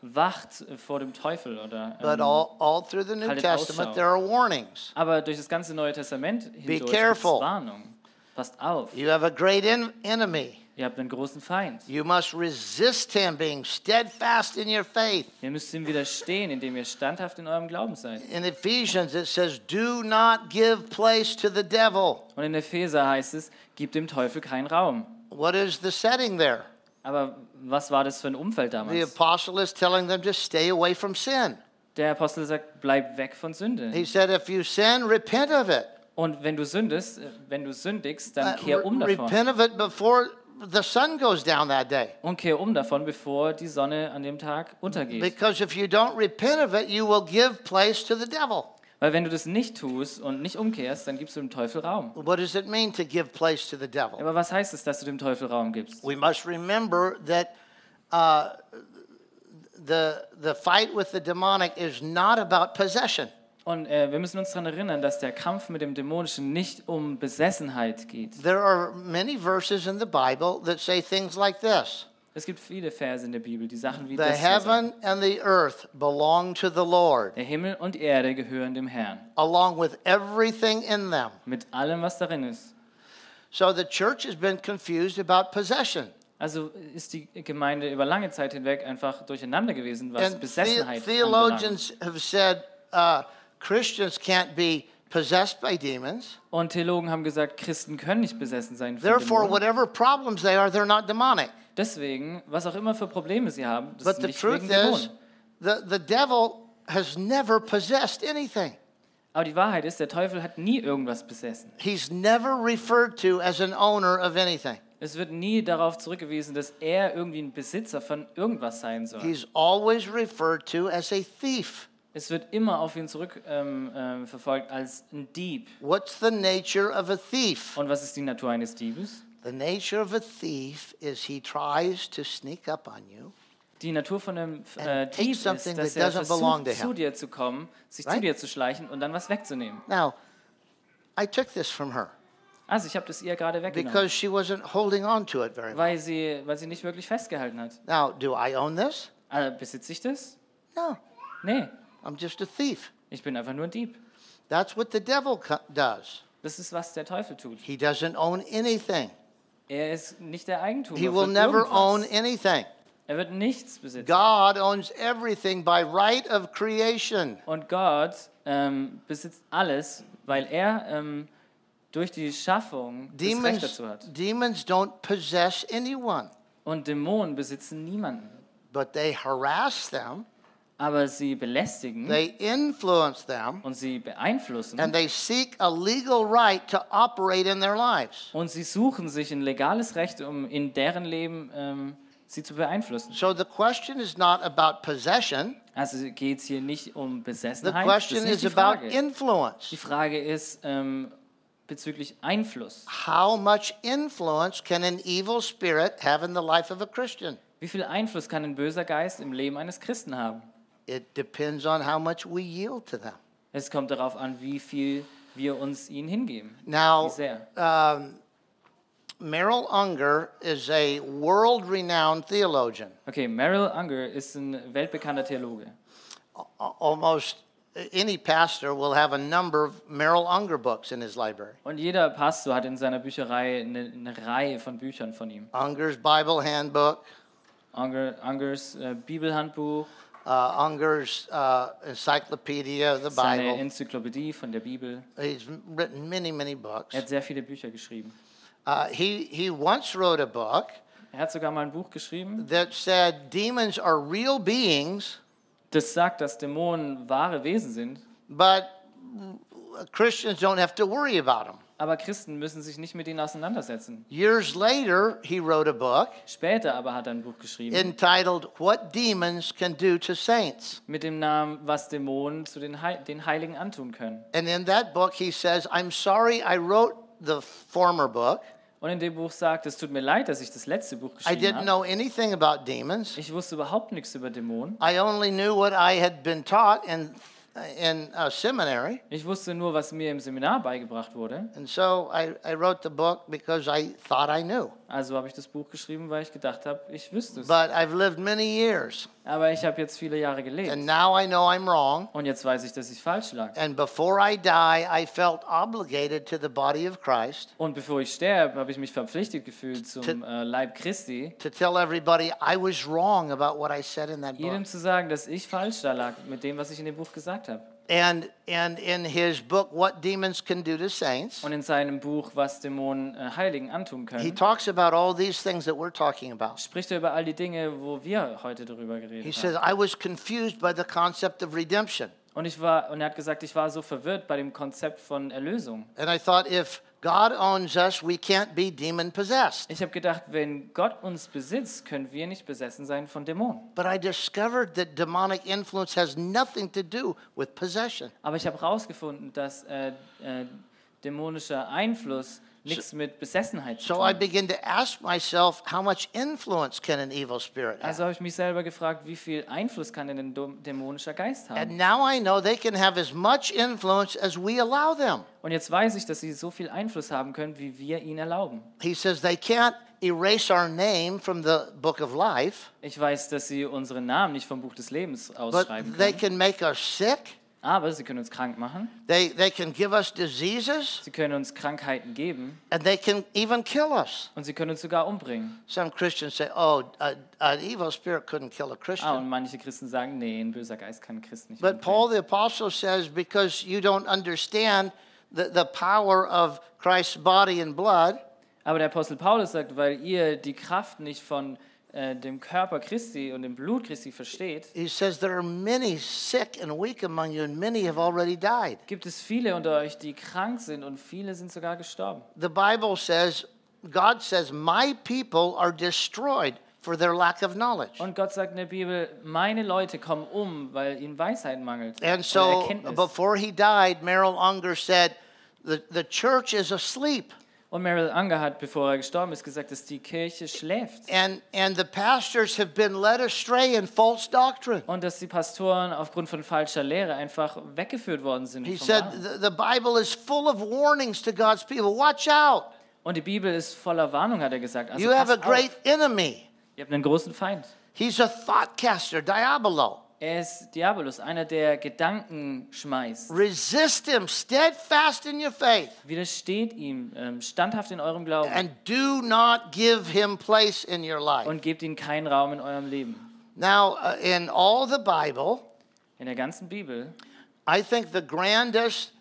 Speaker 2: wacht vor dem Teufel oder.
Speaker 1: But
Speaker 2: Ähm,
Speaker 1: all, all through the New
Speaker 2: Haltet
Speaker 1: Testament,
Speaker 2: Ausschau.
Speaker 1: there are warnings.
Speaker 2: aber durch das ganze Neue Testament hindurch gibt es
Speaker 1: careful.
Speaker 2: Warnung. Passt auf,
Speaker 1: You have a great en- enemy.
Speaker 2: ihr habt einen großen Feind.
Speaker 1: You must resist him, being steadfast in your faith.
Speaker 2: Ihr müsst ihm widerstehen, indem ihr standhaft in eurem Glauben seid.
Speaker 1: In Ephesians, it says, Do not give place to the devil.
Speaker 2: Und in Epheser heißt es, gibt dem Teufel keinen Raum.
Speaker 1: What is the setting there?
Speaker 2: Aber was war das für ein Umfeld
Speaker 1: The
Speaker 2: damals?
Speaker 1: apostle is telling them to stay away from sin.
Speaker 2: Der Apostel sagt, bleib weg von Sünde.
Speaker 1: He said, If you sin, repent of it.
Speaker 2: Und wenn du sündest, äh, wenn du sündigst, dann
Speaker 1: Uh,
Speaker 2: kehr um
Speaker 1: re-
Speaker 2: davon.
Speaker 1: repent of it before the sun goes down that day.
Speaker 2: Und kehr um davon, bevor die Sonne an dem Tag untergeht.
Speaker 1: Because if you don't repent of it, you will give place to the devil.
Speaker 2: Weil wenn du das nicht tust und nicht umkehrst, dann gibst du dem Teufel Raum.
Speaker 1: What does it mean to give place to the devil?
Speaker 2: Aber was heißt es, dass du dem Teufel Raum gibst?
Speaker 1: We must remember that uh, the, the fight with the demonic is not about possession.
Speaker 2: Und äh, wir müssen uns daran erinnern, dass der Kampf mit dem Dämonischen nicht um Besessenheit geht.
Speaker 1: There are many verses in the Bible that say things like this
Speaker 2: Es gibt viele Verse in der Bibel, die Sachen
Speaker 1: The
Speaker 2: wie das hier sagen.
Speaker 1: heaven and the earth belong to the Lord,
Speaker 2: Der Himmel und die Erde gehören dem Herrn,
Speaker 1: along with everything in them.
Speaker 2: mit allem, was darin ist.
Speaker 1: So the church has been confused about possession.
Speaker 2: Also ist die Gemeinde über lange Zeit hinweg einfach durcheinander gewesen, was
Speaker 1: And the-
Speaker 2: Besessenheit anbelangt.
Speaker 1: theologians have said uh, Christians can't be possessed by demons.
Speaker 2: Und Theologen haben gesagt, Christen können nicht besessen sein von
Speaker 1: Therefore,
Speaker 2: Dämonen.
Speaker 1: whatever problems they are, they're not demonic.
Speaker 2: Deswegen, was auch immer für Probleme sie haben, das
Speaker 1: But
Speaker 2: ist
Speaker 1: the
Speaker 2: nicht wegen
Speaker 1: truth is,
Speaker 2: Dämonen.
Speaker 1: the, the devil has never possessed anything.
Speaker 2: Aber die Wahrheit ist, der Teufel hat nie irgendwas besessen.
Speaker 1: He's never referred to as an owner of anything.
Speaker 2: Es wird nie darauf zurückgewiesen, dass er irgendwie ein Besitzer von irgendwas sein soll.
Speaker 1: He's always referred to as a thief.
Speaker 2: Es wird immer auf ihn zurückverfolgt ähm, ähm, verfolgt als ein Dieb.
Speaker 1: What's the nature of a thief?
Speaker 2: Und was ist die Natur eines Diebes?
Speaker 1: The nature of a thief is he tries to sneak up on you
Speaker 2: Die Natur von einem äh,
Speaker 1: And take
Speaker 2: Dieb ist, dass
Speaker 1: something that
Speaker 2: er
Speaker 1: doesn't belong to
Speaker 2: versucht,
Speaker 1: him.
Speaker 2: zu dir zu kommen, sich zu
Speaker 1: Right?
Speaker 2: dir zu schleichen und dann was wegzunehmen.
Speaker 1: Now, I took this from her
Speaker 2: Also ich habe das ihr gerade weggenommen,
Speaker 1: because she wasn't holding on to it very well.
Speaker 2: weil sie, weil sie nicht wirklich festgehalten hat.
Speaker 1: Now, do I own this?
Speaker 2: Äh, besitze ich das?
Speaker 1: No,
Speaker 2: Nee,
Speaker 1: I'm just a thief.
Speaker 2: ich bin einfach nur ein Dieb.
Speaker 1: That's what the devil co- does.
Speaker 2: Das ist, was der Teufel tut.
Speaker 1: He doesn't own anything.
Speaker 2: Er ist nicht der Eigentum.
Speaker 1: He will never own anything.
Speaker 2: Er wird nichts besitzen.
Speaker 1: God owns everything by right of creation.
Speaker 2: Und Gott ähm, besitzt alles, weil er ähm, durch die Schaffung das Recht
Speaker 1: Demons,
Speaker 2: dazu hat.
Speaker 1: demons don't possess anyone,
Speaker 2: Und Dämonen besitzen niemanden.
Speaker 1: but they harass them,
Speaker 2: Aber sie belästigen
Speaker 1: they influence them,
Speaker 2: und sie beeinflussen
Speaker 1: and they seek a legal right to operate in their lives.
Speaker 2: und sie suchen sich ein legales Recht, um in deren Leben ähm, sie zu beeinflussen.
Speaker 1: So the question is not about possession.
Speaker 2: Also geht es hier nicht um
Speaker 1: The
Speaker 2: Besessenheit, das
Speaker 1: question
Speaker 2: ist nicht
Speaker 1: is
Speaker 2: die
Speaker 1: about
Speaker 2: Frage.
Speaker 1: influence.
Speaker 2: Die Frage ist ähm, bezüglich Einfluss.
Speaker 1: How much influence can an evil spirit have in the life of a Christian?
Speaker 2: Wie viel Einfluss kann ein böser Geist im Leben eines Christen haben?
Speaker 1: It depends on how much we yield to them.
Speaker 2: Es kommt darauf an, wie viel wir uns ihnen hingeben. Wie
Speaker 1: Now,
Speaker 2: sehr.
Speaker 1: Um, Merrill Unger is a world renowned theologian.
Speaker 2: Okay, Merrill Unger ist ein weltbekannter Theologe.
Speaker 1: A- Almost any pastor will have a number of Merrill Unger books in his library.
Speaker 2: Und jeder Pastor hat in seiner Bücherei eine, eine Reihe von Büchern von ihm.
Speaker 1: Unger's Bible Handbook,
Speaker 2: Unger, Ungers äh, Bibelhandbuch,
Speaker 1: uh, Unger's uh, Encyclopedia of the
Speaker 2: seine
Speaker 1: Bible.
Speaker 2: Enzyklopädie von der Bibel.
Speaker 1: He's written many, many books.
Speaker 2: Er hat sehr viele Bücher geschrieben.
Speaker 1: Uh, he, he once wrote a book
Speaker 2: Er hat sogar mal ein Buch geschrieben,
Speaker 1: that said demons are real beings,
Speaker 2: das sagt, dass Dämonen wahre Wesen sind,
Speaker 1: but Christians don't have to worry about them.
Speaker 2: aber Christen müssen sich nicht mit ihnen auseinandersetzen.
Speaker 1: Years later, he wrote a book
Speaker 2: Später aber hat er ein Buch geschrieben
Speaker 1: entitled What Demons Can Do to Saints.
Speaker 2: mit dem Namen, was Dämonen zu den, Hei- den Heiligen antun können.
Speaker 1: And in that book, he says, I'm sorry I wrote the former book,
Speaker 2: Und in dem Buch sagt, es tut mir leid, dass ich das letzte Buch
Speaker 1: I
Speaker 2: geschrieben
Speaker 1: didn't
Speaker 2: habe.
Speaker 1: know anything about demons.
Speaker 2: Ich wusste überhaupt nichts über Dämonen.
Speaker 1: I only knew what I had been taught in, in uh, seminary.
Speaker 2: Ich wusste nur, was mir im Seminar beigebracht wurde.
Speaker 1: And so I, I wrote the book because I thought I knew.
Speaker 2: Also habe ich das Buch geschrieben, weil ich gedacht habe, ich wüsste es.
Speaker 1: But I've lived many years,
Speaker 2: Aber ich habe jetzt viele Jahre gelebt.
Speaker 1: and now I know I'm wrong.
Speaker 2: Und jetzt weiß ich, dass ich falsch lag.
Speaker 1: And before I die, I felt obligated to the body of Christ
Speaker 2: Und bevor ich sterbe, habe ich mich verpflichtet gefühlt zum äh, Leib Christi,
Speaker 1: to tell everybody I was wrong about what I said in that book.
Speaker 2: jedem zu sagen, dass ich falsch da lag mit dem, was ich in dem Buch gesagt habe.
Speaker 1: And, and in his book, What Demons Can Do to Saints,
Speaker 2: Und in seinem Buch, was Dämonen äh, Heiligen antun
Speaker 1: he
Speaker 2: können,
Speaker 1: talks about all these things that we're talking about.
Speaker 2: spricht er über all die Dinge, wo wir heute darüber
Speaker 1: He
Speaker 2: geredet
Speaker 1: says,
Speaker 2: haben.
Speaker 1: I was confused by the concept of redemption.
Speaker 2: Und, ich war, und er hat gesagt, ich war so verwirrt bei dem Konzept von Erlösung.
Speaker 1: And I thought, if God owns us, we can't be demon possessed.
Speaker 2: Ich habe gedacht, wenn Gott uns besitzt, können wir nicht besessen sein von Dämonen.
Speaker 1: But I discovered that demonic influence has nothing to do with possession.
Speaker 2: Aber ich habe herausgefunden, dass äh, äh, dämonischer Einfluss nichts mit Besessenheit zu
Speaker 1: So
Speaker 2: tun
Speaker 1: I
Speaker 2: hat.
Speaker 1: began to ask myself, how much influence can an evil spirit have?
Speaker 2: Also habe ich mich selber gefragt, wie viel Einfluss kann denn ein dom- dämonischer Geist haben?
Speaker 1: And now I know they can have as much influence as we allow them.
Speaker 2: Und jetzt weiß ich, dass sie so viel Einfluss haben können, wie wir ihn erlauben.
Speaker 1: He says they can't erase our name from the book of life,
Speaker 2: Ich weiß, dass sie unseren Namen nicht vom Buch des Lebens
Speaker 1: but
Speaker 2: ausschreiben
Speaker 1: they can
Speaker 2: können,
Speaker 1: make us sick.
Speaker 2: aber sie können uns krank machen,
Speaker 1: They, they can give us diseases,
Speaker 2: sie können uns Krankheiten geben
Speaker 1: and they can even kill us.
Speaker 2: und sie können uns sogar umbringen.
Speaker 1: Some Christians say, oh, a, an evil spirit couldn't kill a Christian.
Speaker 2: Ah, und manche Christen sagen, nee, ein böser Geist kann Christen nicht
Speaker 1: But Paul
Speaker 2: umbringen.
Speaker 1: the Apostle says, because you don't understand the, the power of Christ's body and blood,
Speaker 2: Aber der Apostel Paulus sagt, weil ihr die Kraft nicht von äh, dem Körper Christi und dem Blut Christi versteht,
Speaker 1: he says there are many sick and weak among you, and many have already died.
Speaker 2: gibt es viele unter euch, die krank sind und viele sind sogar gestorben.
Speaker 1: The Bible says, God says, my people are destroyed for their lack of knowledge.
Speaker 2: Und Gott sagt in der Bibel, meine Leute kommen um, weil ihnen Weisheit mangelt.
Speaker 1: And
Speaker 2: oder
Speaker 1: so
Speaker 2: Erkenntnis.
Speaker 1: before he died, Merrill Unger said, the, the church is asleep.
Speaker 2: Und Meryl Unger hat, bevor er gestorben ist, gesagt, dass die Kirche schläft.
Speaker 1: And, and the pastors have been led astray in false doctrine.
Speaker 2: Und dass die Pastoren aufgrund von falscher Lehre einfach weggeführt worden sind.
Speaker 1: He
Speaker 2: vom
Speaker 1: said
Speaker 2: Wahren.
Speaker 1: the, the Bible is full of warnings to God's people. Watch out.
Speaker 2: Und die Bibel ist voller Warnung, hat er gesagt. Also
Speaker 1: You have a
Speaker 2: passt
Speaker 1: great
Speaker 2: auf,
Speaker 1: enemy.
Speaker 2: ihr habt einen großen Feind.
Speaker 1: He's a thought caster, Diabolo.
Speaker 2: Er ist Diabolus, einer, der Gedanken schmeißt.
Speaker 1: Resist him steadfast in your faith
Speaker 2: Widersteht ihm, ähm, standhaft in eurem Glauben
Speaker 1: and do not give him place in your life.
Speaker 2: und gebt ihm keinen Raum in eurem Leben.
Speaker 1: Now, uh, in all the Bible,
Speaker 2: In der ganzen Bibel
Speaker 1: I think the grandest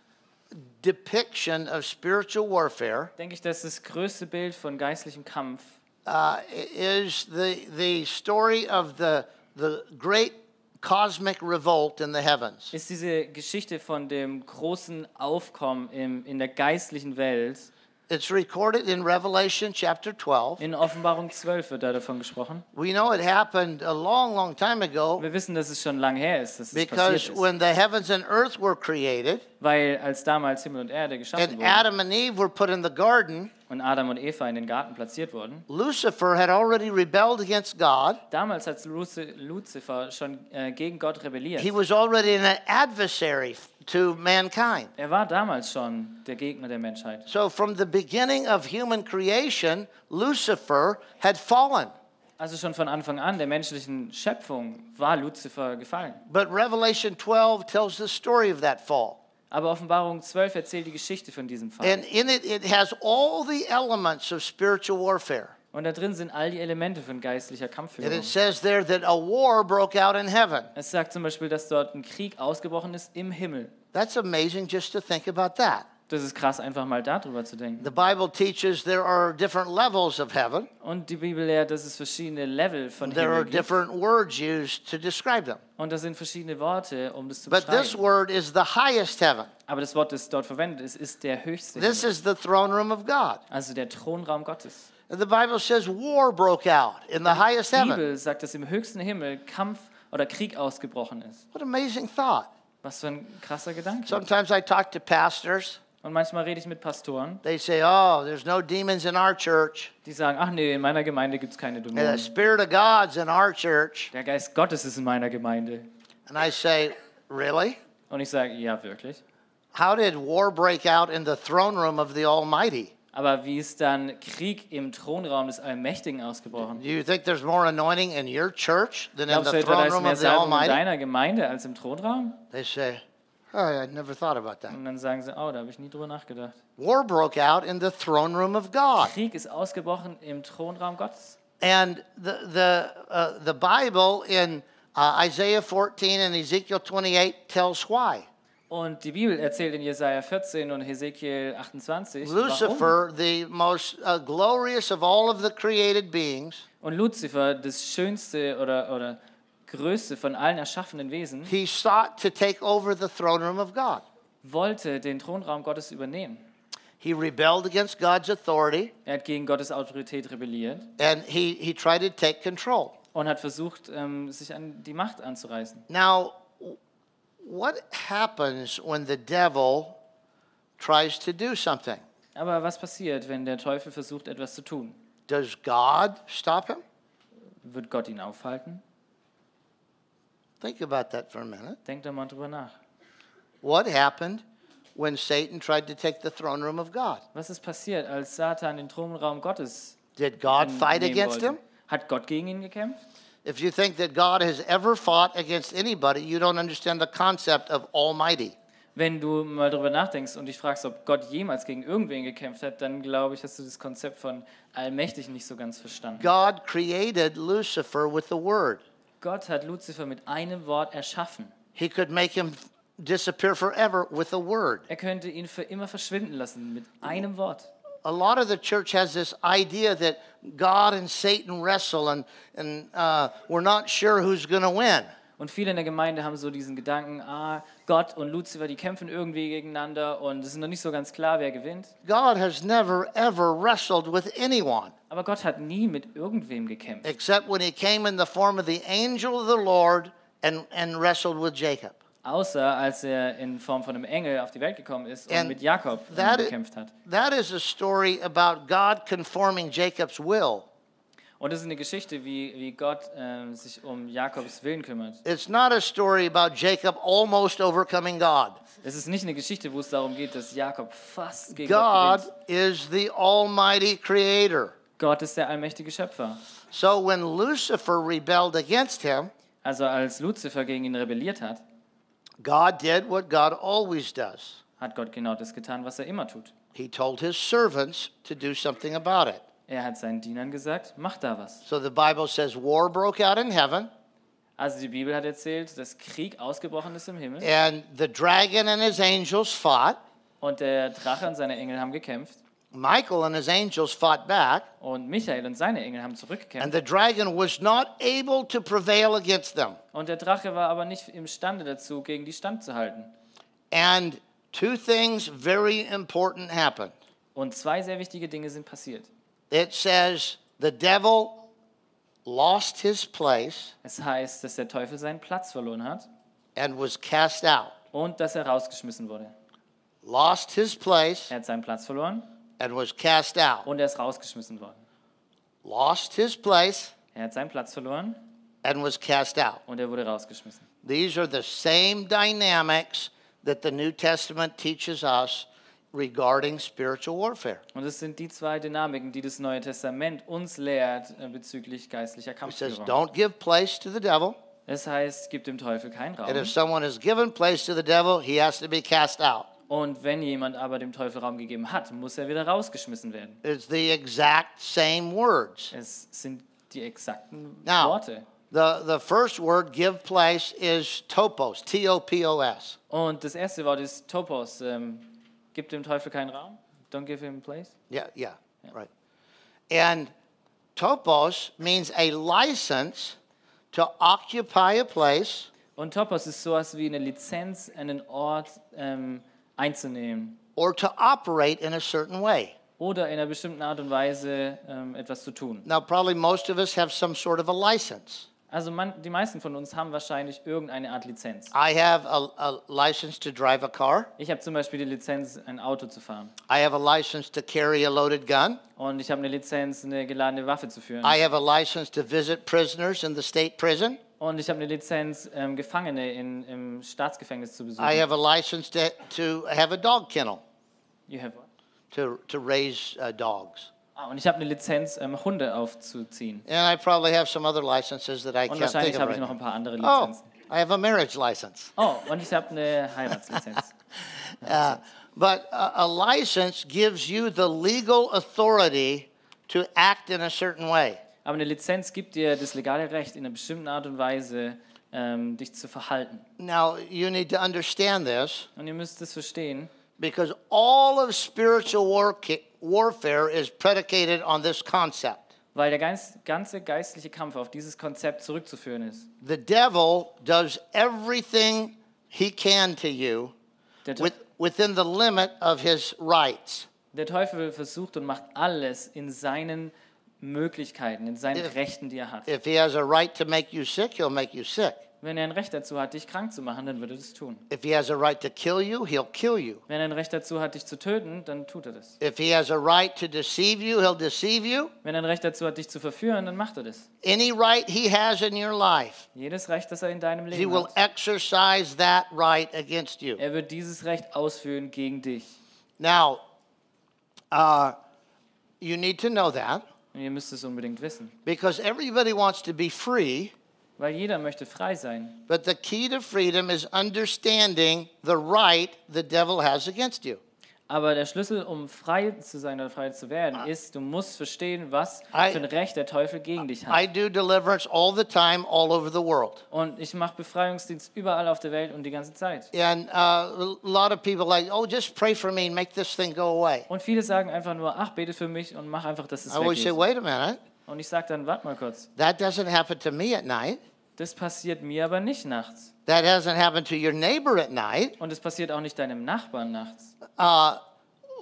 Speaker 1: depiction of spiritual warfare
Speaker 2: denke ich, dass das größte Bild von geistlichem Kampf
Speaker 1: uh, is the, the story of the, the great cosmic revolt in the heavens.
Speaker 2: ist diese Geschichte von dem großen Aufkommen im, in der geistlichen Welt.
Speaker 1: It's recorded in Revelation chapter 12.
Speaker 2: In Offenbarung 12 wird da davon gesprochen.
Speaker 1: We know it happened a long, long time ago
Speaker 2: Wir wissen, dass es schon lang her ist, dass es
Speaker 1: because
Speaker 2: passiert ist.
Speaker 1: when the heavens and earth were created
Speaker 2: Weil als damals Himmel und Erde geschaffen
Speaker 1: and
Speaker 2: wurden
Speaker 1: Adam and Eve were put in the garden,
Speaker 2: und Adam und Eva in den Garten platziert wurden,
Speaker 1: Lucifer had already rebelled against God.
Speaker 2: damals hat Luzi- Luzifer schon äh, gegen Gott rebelliert.
Speaker 1: He was already an adversary to mankind.
Speaker 2: Er war damals schon der Gegner der Menschheit.
Speaker 1: So, from the beginning of human creation, Lucifer had fallen.
Speaker 2: Also schon von Anfang an der menschlichen Schöpfung war Luzifer gefallen.
Speaker 1: But Revelation 12 tells the story of that fall.
Speaker 2: Aber Offenbarung 12 erzählt die Geschichte von diesem Fall.
Speaker 1: And in it, it has all the elements of spiritual warfare.
Speaker 2: Und da drin sind all die Elemente von geistlicher Kampfführung.
Speaker 1: And it says there that a war broke out in heaven.
Speaker 2: Es sagt zum Beispiel, dass dort ein Krieg ausgebrochen ist im Himmel.
Speaker 1: That's amazing just to think about that.
Speaker 2: Das ist krass, einfach mal darüber zu denken.
Speaker 1: The Bible teaches there are different levels of heaven,
Speaker 2: Und die Bibel lehrt, dass es verschiedene Level von
Speaker 1: there are
Speaker 2: Himmel gibt.
Speaker 1: different words used to describe them.
Speaker 2: Und da sind verschiedene Worte, um das zu
Speaker 1: But this
Speaker 2: beschreiben.
Speaker 1: word is the highest heaven.
Speaker 2: Aber das Wort, das dort verwendet ist, ist der höchste
Speaker 1: This
Speaker 2: Himmel.
Speaker 1: is the throne room of God.
Speaker 2: Also der Thronraum Gottes.
Speaker 1: And The Bible says war broke out in the highest
Speaker 2: Die
Speaker 1: heaven.
Speaker 2: Bibel sagt, dass im höchsten Himmel Kampf oder Krieg ausgebrochen ist.
Speaker 1: What amazing thought.
Speaker 2: Was für ein krasser Gedanke.
Speaker 1: Sometimes I talk to pastors
Speaker 2: Und manchmal rede ich mit Pastoren,
Speaker 1: They say, oh, there's no demons in our church.
Speaker 2: die sagen, ach nee, in meiner Gemeinde gibt es keine
Speaker 1: And the
Speaker 2: Dämonen.
Speaker 1: Spirit of God's in our church.
Speaker 2: Der Geist Gottes ist in meiner Gemeinde.
Speaker 1: And I say, really?
Speaker 2: Und ich sage, ja, wirklich.
Speaker 1: How did war break out in the throne room of the Almighty?
Speaker 2: Aber wie ist dann Krieg im Thronraum des Allmächtigen ausgebrochen?
Speaker 1: Do you think there's more anointing in your church than in
Speaker 2: Glaubst du
Speaker 1: the
Speaker 2: etwa, da
Speaker 1: throne
Speaker 2: ist
Speaker 1: room
Speaker 2: mehr
Speaker 1: of the
Speaker 2: Salbung in
Speaker 1: Almighty?
Speaker 2: deiner Gemeinde als im Thronraum?
Speaker 1: They say, oh, I never thought about that.
Speaker 2: Und dann sagen sie, oh, da habe ich nie drüber nachgedacht.
Speaker 1: War broke out in the throne room of God.
Speaker 2: Krieg ist ausgebrochen im Thronraum Gottes.
Speaker 1: And the, the, uh, the Bible in uh, Isaiah 14 and Ezekiel 28 tells why.
Speaker 2: Und die Bibel erzählt in Jesaja 14 und Hesekiel 28, warum.
Speaker 1: Lucifer, the most uh, glorious of all of the created beings,
Speaker 2: Und Luzifer, das schönste oder, oder größte von allen erschaffenen Wesen,
Speaker 1: he sought to take over the throne room of God.
Speaker 2: wollte den Thronraum Gottes übernehmen.
Speaker 1: He rebelled against God's authority
Speaker 2: Er hat gegen Gottes Autorität rebelliert
Speaker 1: and he, he tried to take control.
Speaker 2: und hat versucht, ähm, sich an die Macht anzureißen.
Speaker 1: Now, w- what happens when the devil tries to do something?
Speaker 2: Aber was passiert, wenn der Teufel versucht, etwas zu tun?
Speaker 1: Does God stop him?
Speaker 2: Wird Gott ihn aufhalten?
Speaker 1: Think about that for a minute.
Speaker 2: Denkt da mal drüber nach.
Speaker 1: What happened when Satan tried to take the throne room of God?
Speaker 2: Was ist passiert, als Satan den Thronraum Gottes
Speaker 1: Did God fight
Speaker 2: nehmen
Speaker 1: against
Speaker 2: wollte?
Speaker 1: him?
Speaker 2: Hat Gott gegen ihn gekämpft?
Speaker 1: If you think that God has ever fought against anybody, you don't understand the concept of Almighty.
Speaker 2: Wenn du mal darüber nachdenkst und dich fragst, ob Gott jemals gegen irgendwen gekämpft hat, dann glaube ich, hast du das Konzept von allmächtig nicht so ganz verstanden.
Speaker 1: God created Lucifer with the word.
Speaker 2: Gott hat Luzifer mit einem Wort erschaffen.
Speaker 1: He could make him disappear forever with a word.
Speaker 2: Er könnte ihn für immer verschwinden lassen mit einem Wort.
Speaker 1: A lot of the church has this idea that God and Satan wrestle and, and uh, we're not sure who's going to win.
Speaker 2: Und viele in der Gemeinde haben so diesen Gedanken, ah, Gott und Luzifer, die kämpfen irgendwie gegeneinander und es ist noch nicht so ganz klar, wer gewinnt.
Speaker 1: God has never, ever wrestled with anyone.
Speaker 2: Aber Gott hat nie mit irgendwem gekämpft,
Speaker 1: except when he came in the form of the angel of the Lord and, and wrestled with Jacob.
Speaker 2: außer als er in Form von einem Engel auf die Welt gekommen ist und
Speaker 1: And
Speaker 2: mit Jakob ähm,
Speaker 1: that i-
Speaker 2: gekämpft hat.
Speaker 1: That is a story about God conforming Jacob's will.
Speaker 2: Und das ist eine Geschichte, wie, wie Gott ähm, sich um Jakobs Willen kümmert.
Speaker 1: It's not a story about Jacob almost overcoming God.
Speaker 2: Es ist nicht eine Geschichte, wo es darum geht, dass Jakob fast gegen Gott
Speaker 1: God
Speaker 2: gewinnt.
Speaker 1: is the Almighty Creator.
Speaker 2: Gott ist der allmächtige Schöpfer.
Speaker 1: So when Lucifer rebelled against him,
Speaker 2: Also als Luzifer gegen ihn rebelliert hat,
Speaker 1: God did what God always does.
Speaker 2: hat Gott genau das getan, was er immer tut.
Speaker 1: He told his servants to do something about it.
Speaker 2: Er hat seinen Dienern gesagt, mach da was.
Speaker 1: So the Bible says war broke out in heaven,
Speaker 2: Also die Bibel hat erzählt, dass Krieg ausgebrochen ist im Himmel
Speaker 1: and the dragon and his angels fought.
Speaker 2: und der Drache und seine Engel haben gekämpft
Speaker 1: Michael and his angels fought back,
Speaker 2: und Michael und seine Engel haben
Speaker 1: and
Speaker 2: zurückgekämpft
Speaker 1: the dragon was not able to prevail against them.
Speaker 2: und der Drache war aber nicht imstande dazu, gegen die Stand zu halten.
Speaker 1: And two things very important happened.
Speaker 2: Und zwei sehr wichtige Dinge sind passiert.
Speaker 1: It says the devil lost his place
Speaker 2: Es heißt, dass der Teufel seinen Platz verloren hat
Speaker 1: and was cast out.
Speaker 2: und dass er rausgeschmissen wurde.
Speaker 1: Lost his place
Speaker 2: Er hat seinen Platz verloren
Speaker 1: and was cast out.
Speaker 2: und er ist rausgeschmissen worden.
Speaker 1: Lost his place
Speaker 2: Er hat seinen Platz verloren
Speaker 1: and was cast out.
Speaker 2: und er wurde rausgeschmissen.
Speaker 1: These are the same dynamics that the New Testament teaches us regarding spiritual warfare.
Speaker 2: Und es sind die zwei Dynamiken, die das Neue Testament uns lehrt äh, bezüglich geistlicher
Speaker 1: It says,
Speaker 2: Kampfführung.
Speaker 1: don't give place to the devil.
Speaker 2: Es heißt, gib dem Teufel keinen
Speaker 1: And if
Speaker 2: Raum.
Speaker 1: someone has given place to the devil, he has to be cast out.
Speaker 2: Und wenn jemand aber dem Teufel Raum gegeben hat, muss er wieder rausgeschmissen werden.
Speaker 1: It's the exact same words.
Speaker 2: Es sind die exakten
Speaker 1: Now.
Speaker 2: Worte.
Speaker 1: The, the first word, give place, is topos, T O P O S.
Speaker 2: Und das erste Wort ist Topos. Ähm, gib dem Teufel keinen Raum. Don't give him place.
Speaker 1: Yeah, yeah, right. And topos means a license to occupy a place
Speaker 2: Und Topos ist sowas wie eine Lizenz, einen Ort ähm, einzunehmen
Speaker 1: or to operate in a certain way.
Speaker 2: oder in einer bestimmten Art und Weise ähm, etwas zu tun.
Speaker 1: Now, probably most of us have some sort of a license.
Speaker 2: Also man, die meisten von uns haben wahrscheinlich irgendeine Art Lizenz.
Speaker 1: I have a, a license to drive a car.
Speaker 2: Ich habe zum Beispiel die Lizenz, ein Auto zu fahren.
Speaker 1: I have a license to carry a loaded gun.
Speaker 2: Und ich habe eine Lizenz, eine geladene Waffe zu führen.
Speaker 1: I have a license to visit prisoners in the state prison.
Speaker 2: Und ich habe eine Lizenz, ähm, Gefangene in, im Staatsgefängnis zu
Speaker 1: I
Speaker 2: besuchen.
Speaker 1: have a license to, to have a dog kennel,
Speaker 2: You have
Speaker 1: to, to raise uh, dogs.
Speaker 2: ah, und ich habe eine Lizenz, ähm, Hunde aufzuziehen.
Speaker 1: And I probably have some other licenses that I
Speaker 2: Und
Speaker 1: can't think
Speaker 2: wahrscheinlich
Speaker 1: of
Speaker 2: habe
Speaker 1: right
Speaker 2: ich noch
Speaker 1: now.
Speaker 2: ein paar andere
Speaker 1: Oh,
Speaker 2: Lizenzen.
Speaker 1: I have a marriage license.
Speaker 2: Oh, und ich habe eine Heiratslizenz. *laughs*
Speaker 1: Uh, but a, a license gives you the legal authority to act in a certain way.
Speaker 2: Aber eine Lizenz gibt dir das legale Recht, in einer bestimmten Art und Weise ähm, dich zu verhalten.
Speaker 1: Now, you need to understand this
Speaker 2: Und ihr müsst es verstehen,
Speaker 1: because all of spiritual war, warfare is predicated on this concept.
Speaker 2: weil der ganz, ganze geistliche Kampf auf dieses Konzept zurückzuführen ist.
Speaker 1: The devil does everything he can to you
Speaker 2: Der, Teu-
Speaker 1: with, within the limit of his rights.
Speaker 2: der Teufel versucht und macht alles in seinen Möglichkeiten, in seinen
Speaker 1: If-
Speaker 2: Rechten, die er hat.
Speaker 1: If he has a right to make you sick, he'll make you sick.
Speaker 2: Wenn er ein Recht dazu hat, dich krank zu machen, dann wird er das tun.
Speaker 1: If he has a right to kill you, he'll kill you.
Speaker 2: Wenn er ein Recht dazu hat, dich zu töten, dann tut er das.
Speaker 1: If he has a right to deceive you, he'll deceive you.
Speaker 2: Wenn er ein Recht dazu hat, dich zu verführen, dann macht er das.
Speaker 1: Any right he has in your life,
Speaker 2: Jedes Recht, das er in deinem
Speaker 1: he
Speaker 2: Leben
Speaker 1: will
Speaker 2: hat,
Speaker 1: exercise that right against you.
Speaker 2: er wird dieses Recht ausführen gegen dich.
Speaker 1: Now, uh, you need to know that
Speaker 2: Und ihr müsst es unbedingt wissen.
Speaker 1: because everybody wants to be free,
Speaker 2: Weil jeder möchte frei sein.
Speaker 1: but the key to freedom is understanding the right the devil has against you.
Speaker 2: Aber der Schlüssel, um frei zu sein oder frei zu werden, ist, du musst verstehen, was für
Speaker 1: Ah. I-
Speaker 2: ein Recht der Teufel gegen dich hat.
Speaker 1: I do deliverance all the time, all over the world.
Speaker 2: Und ich mache Befreiungsdienst überall auf der Welt und die ganze Zeit.
Speaker 1: And uh, a lot of people like, oh, just pray for me and make this thing go away.
Speaker 2: Und viele sagen einfach nur, ach, bete für mich und mach einfach, dass es
Speaker 1: I always say, wait
Speaker 2: weggeht.
Speaker 1: a minute,
Speaker 2: Und ich sage dann, warte mal kurz,
Speaker 1: that doesn't happen to me at night.
Speaker 2: das passiert mir aber nicht nachts.
Speaker 1: That hasn't happened to your neighbor at night.
Speaker 2: Und es passiert auch nicht deinem Nachbarn nachts.
Speaker 1: Uh,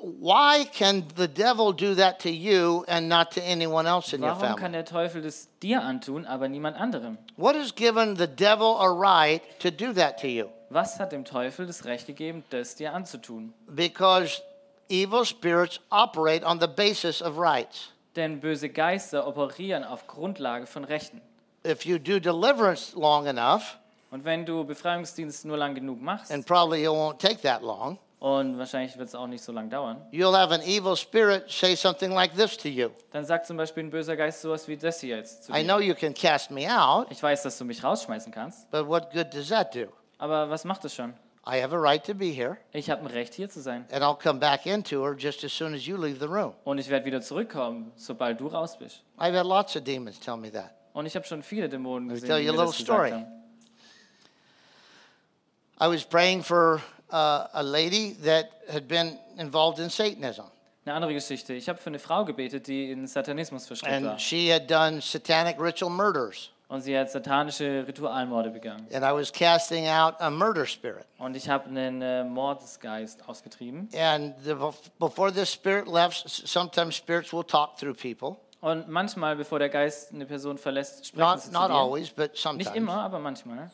Speaker 1: why can the devil do that to you and not to anyone else in your
Speaker 2: Warum kann
Speaker 1: family?
Speaker 2: der Teufel das dir antun, aber niemand anderem?
Speaker 1: What has given the devil a right to do that to you?
Speaker 2: Was hat dem Teufel das Recht gegeben, das dir anzutun?
Speaker 1: Because evil spirits operate on the basis of rights.
Speaker 2: Denn böse Geister operieren auf Grundlage von Rechten.
Speaker 1: If you do deliverance long enough,
Speaker 2: Und wenn du Befreiungsdienst nur lang genug machst,
Speaker 1: and probably it won't take that long,
Speaker 2: und wahrscheinlich wird es auch nicht so lang dauern,
Speaker 1: you'll have an evil spirit say something like this to you
Speaker 2: dann sagt zum Beispiel ein böser Geist sowas wie das hier jetzt zu
Speaker 1: I
Speaker 2: dir.
Speaker 1: know you can cast me out,
Speaker 2: Ich weiß, dass du mich rausschmeißen kannst,
Speaker 1: but what good does that do?
Speaker 2: aber was macht das schon?
Speaker 1: I have a right to be here,
Speaker 2: Ich habe ein Recht, hier zu sein.
Speaker 1: and I'll come back into her just as soon as you leave the room.
Speaker 2: Und ich werde wieder zurückkommen, sobald du raus bist.
Speaker 1: I've had lots of demons tell me that.
Speaker 2: Und ich habe schon viele Dämonen
Speaker 1: me
Speaker 2: gesehen,
Speaker 1: tell
Speaker 2: die
Speaker 1: you a
Speaker 2: mir das
Speaker 1: little
Speaker 2: gesagt
Speaker 1: story.
Speaker 2: haben.
Speaker 1: I was praying for uh, a lady that had been involved in Satanism,
Speaker 2: Eine andere Geschichte. Ich habe für eine Frau gebetet, die in Satanismus verstrickt war.
Speaker 1: and she had done satanic ritual murders,
Speaker 2: Und sie hat satanische Ritualmorde begangen.
Speaker 1: and I was casting out a murder spirit.
Speaker 2: Und ich habe einen äh, Mordesgeist ausgetrieben.
Speaker 1: And the, before this spirit left, s- sometimes spirits will talk through people.
Speaker 2: Und manchmal, bevor der Geist eine Person verlässt, sprechen
Speaker 1: Not,
Speaker 2: sie zu
Speaker 1: not
Speaker 2: dir.
Speaker 1: always, but sometimes.
Speaker 2: Nicht immer, aber manchmal.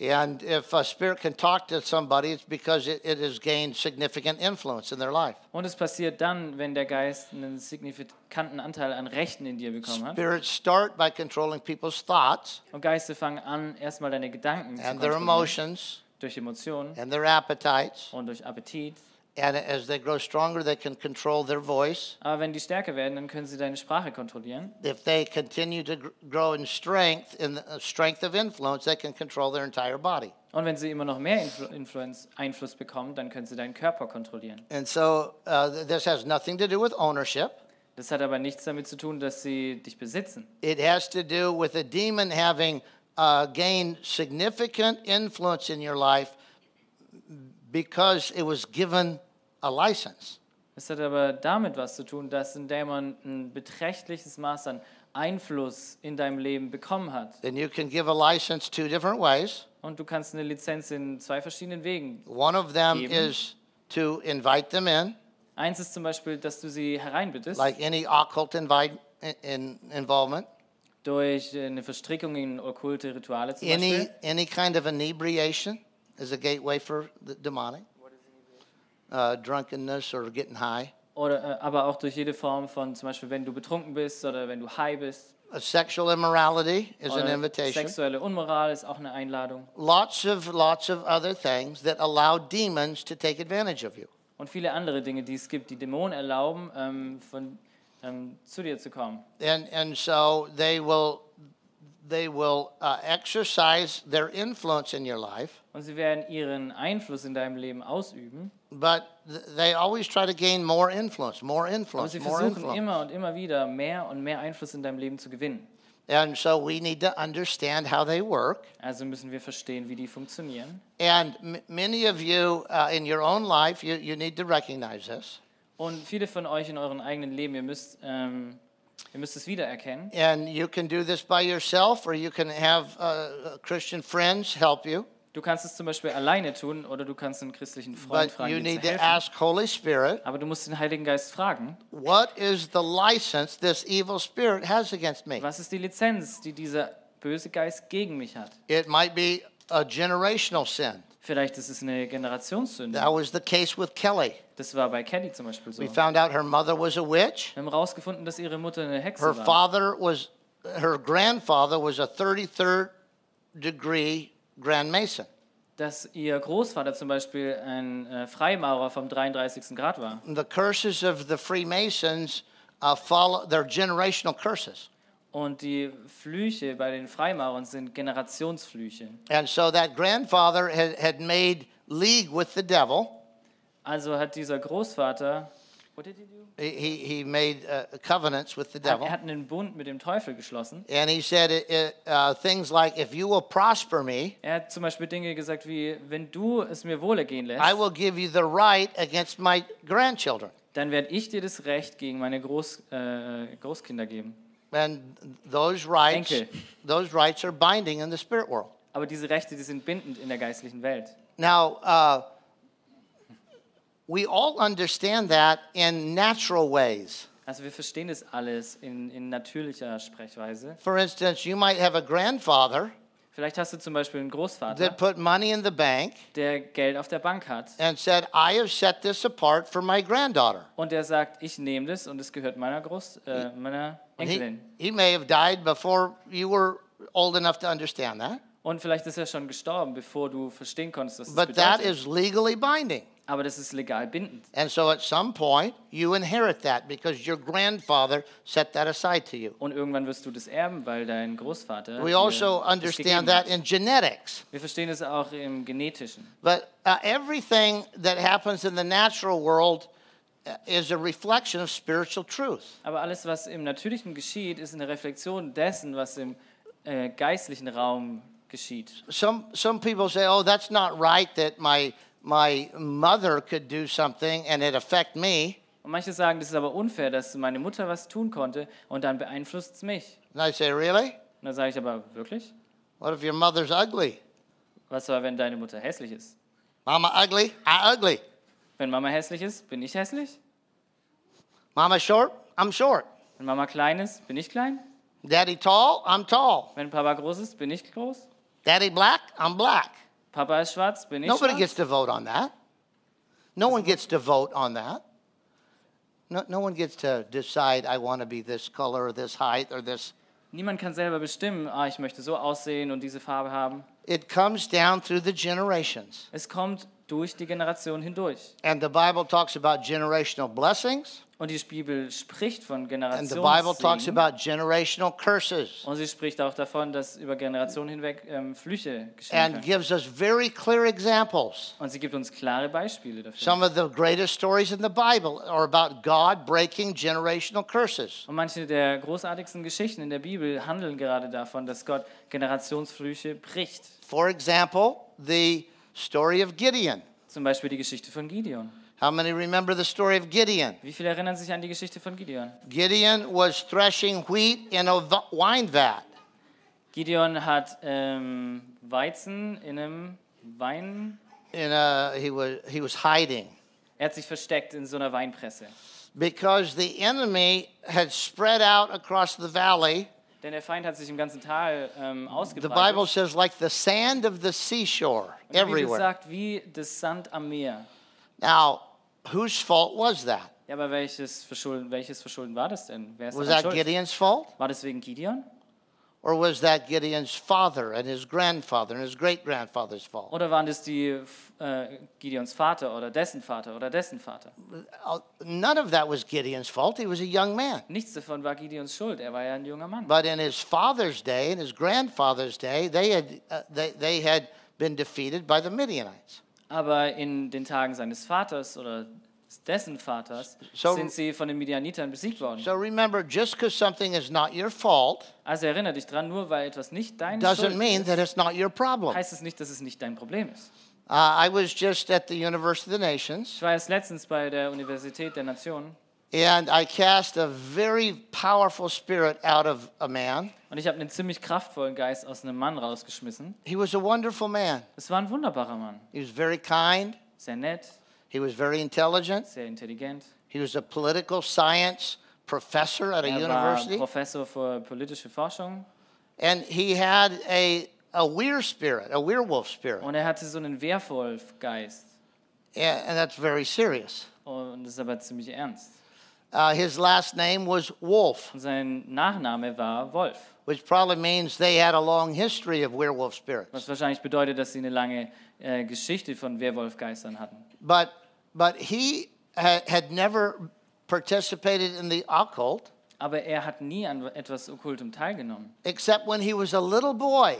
Speaker 1: And if a spirit can talk to somebody, it's because it, it has gained significant influence in their life.
Speaker 2: Und es passiert dann, wenn der Geist einen signifikanten Anteil an Rechten in dir bekommen hat.
Speaker 1: Spirits start by controlling people's thoughts
Speaker 2: Und Geister fangen an, erstmal deine Gedanken zu
Speaker 1: and their
Speaker 2: kontrollieren.
Speaker 1: emotions
Speaker 2: Durch Emotionen
Speaker 1: and their appetites.
Speaker 2: und durch Appetit.
Speaker 1: And as they grow stronger, they can control their voice.
Speaker 2: Aber wenn die stärker werden, dann können sie deine Sprache kontrollieren.
Speaker 1: If they continue to gr- grow in strength, in the uh, strength of influence, they can control their entire body.
Speaker 2: Und wenn sie immer noch mehr Influ Influenz- Einfluss bekommen, dann können sie deinen Körper kontrollieren.
Speaker 1: And so uh, th- this has nothing to do with ownership.
Speaker 2: Das hat aber nichts damit zu tun, dass sie dich besitzen.
Speaker 1: It has to do with a demon having uh, gained significant influence in your life because it was given a license.
Speaker 2: Es hat aber damit was zu tun, dass ein Dämon ein beträchtliches Maß an Einfluss in deinem Leben bekommen hat.
Speaker 1: And you can give a license two different ways.
Speaker 2: Und du kannst eine Lizenz in zwei verschiedenen Wegen.
Speaker 1: One of them
Speaker 2: Eben.
Speaker 1: is to invite them in,
Speaker 2: Eins ist zum Beispiel, dass du sie hereinbittest,
Speaker 1: like any occult invite, in, involvement.
Speaker 2: durch eine Verstrickung in okkulte Rituale zum
Speaker 1: Any,
Speaker 2: Beispiel.
Speaker 1: any kind of inebriation is a gateway for the demonic. Uh, drunkenness or getting high.
Speaker 2: Oder, äh, aber auch durch jede Form von, zum Beispiel, wenn du betrunken bist oder wenn du high bist.
Speaker 1: Uh, sexual immorality is an
Speaker 2: Oder
Speaker 1: invitation.
Speaker 2: Sexuelle Unmoral ist auch eine Einladung.
Speaker 1: Lots of lots of other things that allow demons to take advantage of you.
Speaker 2: Und viele andere Dinge, die es gibt, die Dämonen erlauben, ähm, von, ähm, zu dir zu kommen.
Speaker 1: and and so they will they will uh, exercise their influence in your life
Speaker 2: Und sie werden ihren Einfluss in deinem Leben ausüben.
Speaker 1: but th- they always try to gain more influence more
Speaker 2: Aber
Speaker 1: influence
Speaker 2: sie
Speaker 1: more
Speaker 2: versuchen
Speaker 1: influence
Speaker 2: immer und immer wieder mehr und mehr Einfluss in deinem Leben zu gewinnen.
Speaker 1: and so we need to understand how they work
Speaker 2: Also müssen wir verstehen, wie die funktionieren.
Speaker 1: and m- many of you uh, in your own life you, you need to recognize this
Speaker 2: Und viele von euch in euren eigenen Leben, ihr müsst, ähm, ihr müsst es wiedererkennen.
Speaker 1: and you can do this by yourself or you can have uh, christian friends help you
Speaker 2: Du kannst es zum Beispiel alleine tun oder du kannst einen christlichen Freund
Speaker 1: but
Speaker 2: fragen,
Speaker 1: you
Speaker 2: dir zu
Speaker 1: need to
Speaker 2: helfen.
Speaker 1: ask holy spirit
Speaker 2: Aber du musst den Heiligen Geist fragen,
Speaker 1: what is the license this evil spirit has against me
Speaker 2: was ist die Lizenz, die dieser böse Geist gegen mich hat?
Speaker 1: It might be a generational sin.
Speaker 2: Vielleicht ist es eine Generationssünde.
Speaker 1: That was the case with Kelly.
Speaker 2: Das war bei Kelly zum Beispiel so.
Speaker 1: We
Speaker 2: Wir
Speaker 1: found out her mother was a witch.
Speaker 2: haben herausgefunden, dass ihre Mutter eine
Speaker 1: Her
Speaker 2: Hexe war.
Speaker 1: father was, her grandfather was a 33rd degree Grand Mason.
Speaker 2: Dass ihr Großvater zum Beispiel ein äh, Freimaurer vom 33. Grad war.
Speaker 1: And the curses of the Freemasons uh, follow, they're generational curses.
Speaker 2: Und die Flüche bei den Freimaurern sind Generationsflüche.
Speaker 1: And so that grandfather had, had made league with the devil.
Speaker 2: Also hat dieser Großvater, what did he do?
Speaker 1: He, he, he made uh, covenants with the
Speaker 2: Er
Speaker 1: devil.
Speaker 2: hat einen Bund mit dem Teufel geschlossen.
Speaker 1: And he said it, it, uh, things like, if you will prosper me,
Speaker 2: Er hat zum Beispiel Dinge gesagt wie, wenn du es mir wohlergehen
Speaker 1: I
Speaker 2: lässt,
Speaker 1: will give you the right against my grandchildren.
Speaker 2: dann werde ich dir das Recht gegen meine Groß, äh, Großkinder geben.
Speaker 1: And those rights,
Speaker 2: Enkel.
Speaker 1: those rights are binding in the spirit world.
Speaker 2: Aber diese Rechte, die sind bindend in der geistlichen Welt.
Speaker 1: Now, uh, we all understand that in natural ways.
Speaker 2: Also wir verstehen das alles in, in natürlicher Sprechweise.
Speaker 1: For instance, you might have a grandfather
Speaker 2: Vielleicht hast du zum Beispiel einen Großvater,
Speaker 1: that put money in the bank
Speaker 2: der Geld auf der Bank hat
Speaker 1: and said, I have set this apart for my granddaughter.
Speaker 2: und der sagt, ich nehme das und es gehört meiner Groß, äh, meiner
Speaker 1: And He,
Speaker 2: Enkelin.
Speaker 1: he may have died before you were old enough to understand that,
Speaker 2: Und vielleicht ist er schon gestorben, bevor du verstehen konntest, was das
Speaker 1: but that
Speaker 2: bedeutet.
Speaker 1: is legally binding.
Speaker 2: Aber das ist legal bindend.
Speaker 1: And so at some point, you inherit that because your grandfather set that aside to you.
Speaker 2: Und irgendwann wirst du das erben, weil dein Großvater.
Speaker 1: We
Speaker 2: dir
Speaker 1: also
Speaker 2: das gegeben
Speaker 1: understand
Speaker 2: hat.
Speaker 1: that in genetics.
Speaker 2: Wir verstehen es auch im Genetischen.
Speaker 1: But uh, everything that happens in the natural world uh, is a reflection of spiritual truth.
Speaker 2: Aber alles, was im Natürlichen geschieht, ist eine Reflexion dessen, was im äh, geistlichen Raum geschieht.
Speaker 1: Some, some people say, oh, that's not right that my, my mother could do something and it affect me.
Speaker 2: Und manche sagen, das ist aber unfair, dass meine Mutter was tun konnte und dann beeinflusst es mich.
Speaker 1: And I say, really?
Speaker 2: Und dann sage ich aber, wirklich?
Speaker 1: What if your mother's ugly?
Speaker 2: Was war, wenn deine Mutter hässlich ist?
Speaker 1: Mama ugly? I ugly.
Speaker 2: Wenn Mama hässlich ist, bin ich hässlich?
Speaker 1: Mama short? I'm short.
Speaker 2: Wenn Mama klein ist, bin ich klein?
Speaker 1: Daddy tall? I'm tall.
Speaker 2: Wenn Papa groß ist, bin ich groß?
Speaker 1: Daddy black, I'm black.
Speaker 2: Papa ist schwarz, bin ich
Speaker 1: Nobody
Speaker 2: schwarz?
Speaker 1: gets to vote on that. No one gets to vote on that. No, no one gets to decide I want to be this color or this height or this.
Speaker 2: Niemand kann selber bestimmen, ah, ich möchte so aussehen und diese Farbe haben.
Speaker 1: It comes down through the generations.
Speaker 2: Es kommt durch die Generation hindurch.
Speaker 1: And the Bible talks about generational blessings,
Speaker 2: Und die Bibel spricht von
Speaker 1: and the Bible talks
Speaker 2: Generationen.
Speaker 1: about generational curses,
Speaker 2: Und sie spricht auch davon, dass über Generationen hinweg ähm, Flüche geschehen
Speaker 1: and
Speaker 2: können.
Speaker 1: gives us very clear examples.
Speaker 2: Und sie gibt uns klare Beispiele dafür.
Speaker 1: Some of the greatest stories in the Bible are about God breaking generational curses.
Speaker 2: Und manche der großartigsten Geschichten in der Bibel handeln gerade davon, dass Gott Generationsflüche bricht.
Speaker 1: For example, the story of Gideon.
Speaker 2: Zum Beispiel die Geschichte von Gideon.
Speaker 1: How many remember the story of Gideon?
Speaker 2: Wie viele erinnern sich an die Geschichte von Gideon?
Speaker 1: Gideon was threshing wheat in a v- wine vat.
Speaker 2: Gideon hat ähm, Weizen in einem Wein.
Speaker 1: In a, he, was, he was hiding
Speaker 2: Er hat sich versteckt in so einer Weinpresse.
Speaker 1: because the enemy had spread out across the valley
Speaker 2: Denn der Feind hat sich im ganzen Tal ähm,
Speaker 1: The Bible
Speaker 2: ausgebreitet.
Speaker 1: says, like the sand of the seashore,
Speaker 2: Und die Bibel
Speaker 1: everywhere.
Speaker 2: sagt, wie das Sand am Meer.
Speaker 1: Now, whose fault was that?
Speaker 2: Ja, aber welches Verschulden, welches Verschulden war das denn? Wer ist
Speaker 1: Was
Speaker 2: daran
Speaker 1: that
Speaker 2: schuld?
Speaker 1: Gideon's fault?
Speaker 2: War das wegen Gideon?
Speaker 1: Or was that Gideon's father and his grandfather and his great grandfather's fault?
Speaker 2: Oder waren das die f- äh, Gideons Vater oder dessen Vater oder dessen Vater?
Speaker 1: Uh, None of that was Gideon's fault. He was a young man.
Speaker 2: Nichts davon war Gideons Schuld. Er war ja ein junger Mann.
Speaker 1: But in his father's day and his grandfather's day, they had, uh, they, they had been defeated by the Midianites.
Speaker 2: Aber in den Tagen seines Vaters oder dessen Vaters
Speaker 1: So-
Speaker 2: sind sie von den Midianitern besiegt worden.
Speaker 1: So remember, just because something is not your fault
Speaker 2: Also erinnere dich dran, nur weil etwas nicht dein Schuld
Speaker 1: doesn't mean
Speaker 2: ist,
Speaker 1: that it's not your problem. Uh,
Speaker 2: heißt es nicht, dass es nicht dein Problem ist.
Speaker 1: I was just at the University of the Nations.
Speaker 2: Ich war erst letztens bei der Universität der Nationen
Speaker 1: And I cast a very powerful spirit out of a man.
Speaker 2: und ich habe einen ziemlich kraftvollen Geist aus einem Mann rausgeschmissen.
Speaker 1: He was a wonderful man.
Speaker 2: Es war ein wunderbarer Mann.
Speaker 1: He was very kind.
Speaker 2: Sehr nett,
Speaker 1: He was very intelligent.
Speaker 2: sehr intelligent.
Speaker 1: He was a political science professor at a
Speaker 2: Er war
Speaker 1: university.
Speaker 2: Professor für politische Forschung
Speaker 1: And he had a, a weir spirit, a werewolf spirit.
Speaker 2: und er hatte so einen Werwolf-Geist.
Speaker 1: And, and that's very serious.
Speaker 2: Und das ist aber ziemlich ernst.
Speaker 1: Uh, his last name was Wolf,
Speaker 2: Und sein Nachname war Wolf,
Speaker 1: which probably means they had a long history of werewolf spirits.
Speaker 2: was wahrscheinlich bedeutet, dass sie eine lange äh, Geschichte von Werwolfgeistern hatten.
Speaker 1: But, but he ha- had never participated in the occult.
Speaker 2: Aber er hat nie an etwas Okkultem teilgenommen,
Speaker 1: except when he was a little boy.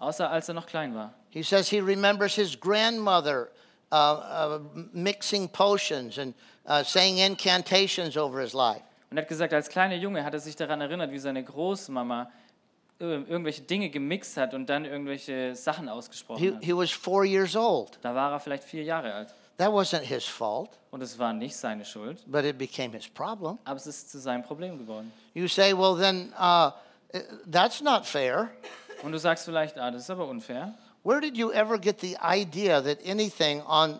Speaker 2: außer als er noch klein war.
Speaker 1: He says he remembers his grandmother uh, uh, mixing potions and uh, saying incantations over his life.
Speaker 2: Und er hat gesagt, als kleiner Junge hat er sich daran erinnert, wie seine Großmama äh, irgendwelche Dinge gemixt hat und dann irgendwelche Sachen
Speaker 1: He,
Speaker 2: ausgesprochen hat.
Speaker 1: he was four years old.
Speaker 2: Da war er vielleicht vier Jahre alt.
Speaker 1: That wasn't his fault,
Speaker 2: Und es war nicht seine Schuld,
Speaker 1: but it became his problem.
Speaker 2: aber es ist zu seinem Problem geworden.
Speaker 1: You say, well, then uh, eh, that's not fair.
Speaker 2: Und du sagst vielleicht, ah, das ist aber unfair.
Speaker 1: Where did you ever get the idea that anything on,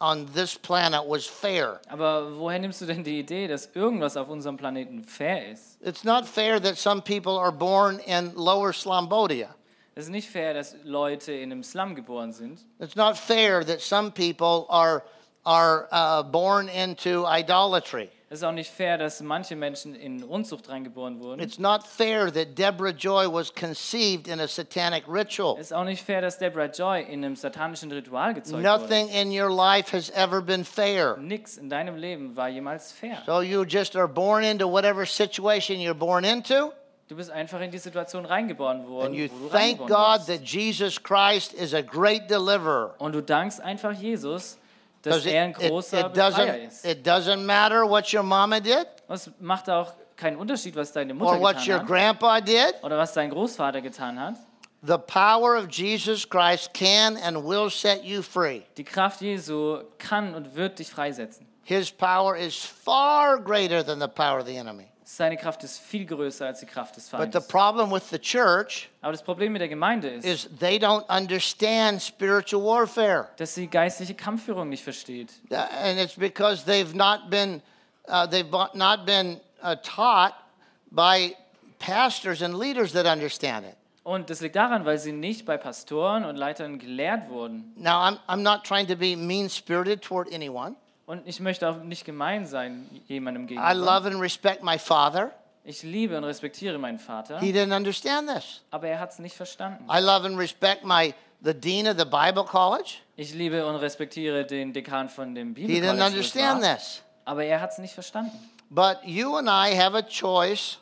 Speaker 1: on this planet was fair?
Speaker 2: Aber woher nimmst du denn die Idee, dass irgendwas auf unserem Planeten fair ist?
Speaker 1: It's not fair that some people are born in lower Slumbodia.
Speaker 2: Es ist nicht fair, dass Leute in einem Slum geboren sind.
Speaker 1: It's not fair that some people are, are uh, born into idolatry.
Speaker 2: Es ist auch nicht fair, dass manche Menschen in Unzucht reingeboren wurden. Es
Speaker 1: It's not fair that Deborah Joy was conceived in a satanic ritual.
Speaker 2: ist auch nicht fair, dass Deborah Joy in einem satanischen Ritual gezeugt wurde.
Speaker 1: Nothing in your life has ever been fair.
Speaker 2: Nix in deinem Leben war jemals fair.
Speaker 1: So you just are born into whatever situation you're born into,
Speaker 2: Du bist einfach in die Situation reingeboren worden,
Speaker 1: and you
Speaker 2: wo du
Speaker 1: thank
Speaker 2: reingeboren
Speaker 1: God
Speaker 2: warst.
Speaker 1: that Jesus Christ is a great deliverer.
Speaker 2: Und du dankst einfach Jesus, dass
Speaker 1: 'Cause it,
Speaker 2: er ein
Speaker 1: it-
Speaker 2: großer
Speaker 1: it
Speaker 2: Befreier
Speaker 1: doesn't,
Speaker 2: ist.
Speaker 1: it doesn't matter what your mama did
Speaker 2: Und es macht auch keinen Unterschied, was deine Mutter
Speaker 1: or what your
Speaker 2: getan hat
Speaker 1: grandpa did.
Speaker 2: oder was dein Großvater getan hat.
Speaker 1: The power of Jesus Christ can and will set you free.
Speaker 2: Die Kraft Jesu kann und wird dich freisetzen.
Speaker 1: His power is far greater than the power of the enemy.
Speaker 2: Seine Kraft ist viel größer als die Kraft des
Speaker 1: But
Speaker 2: Feindes.
Speaker 1: the problem with the church
Speaker 2: Aber das Problem mit der Gemeinde ist,
Speaker 1: is they don't understand spiritual warfare.
Speaker 2: dass sie geistliche Kampfführung nicht versteht.
Speaker 1: Uh, And it's because they've not been, uh, they've bo- not been uh, taught by pastors and leaders that understand it.
Speaker 2: Und das liegt daran, weil sie nicht bei Pastoren und Leitern gelehrt wurden.
Speaker 1: Now, I'm, I'm not trying to be mean spirited toward anyone.
Speaker 2: Und ich möchte auch nicht gemein sein jemandem
Speaker 1: I
Speaker 2: gegenüber.
Speaker 1: love and respect my father.
Speaker 2: Ich liebe und respektiere meinen Vater,
Speaker 1: He didn't understand this.
Speaker 2: aber er hat es nicht verstanden.
Speaker 1: I love and respect my the dean of the Bible college.
Speaker 2: Ich liebe und respektiere den Dekan von dem
Speaker 1: He didn't
Speaker 2: Bibelcollege, wo ich
Speaker 1: understand
Speaker 2: war,
Speaker 1: this.
Speaker 2: aber er hat es nicht verstanden.
Speaker 1: But you and I have a choice.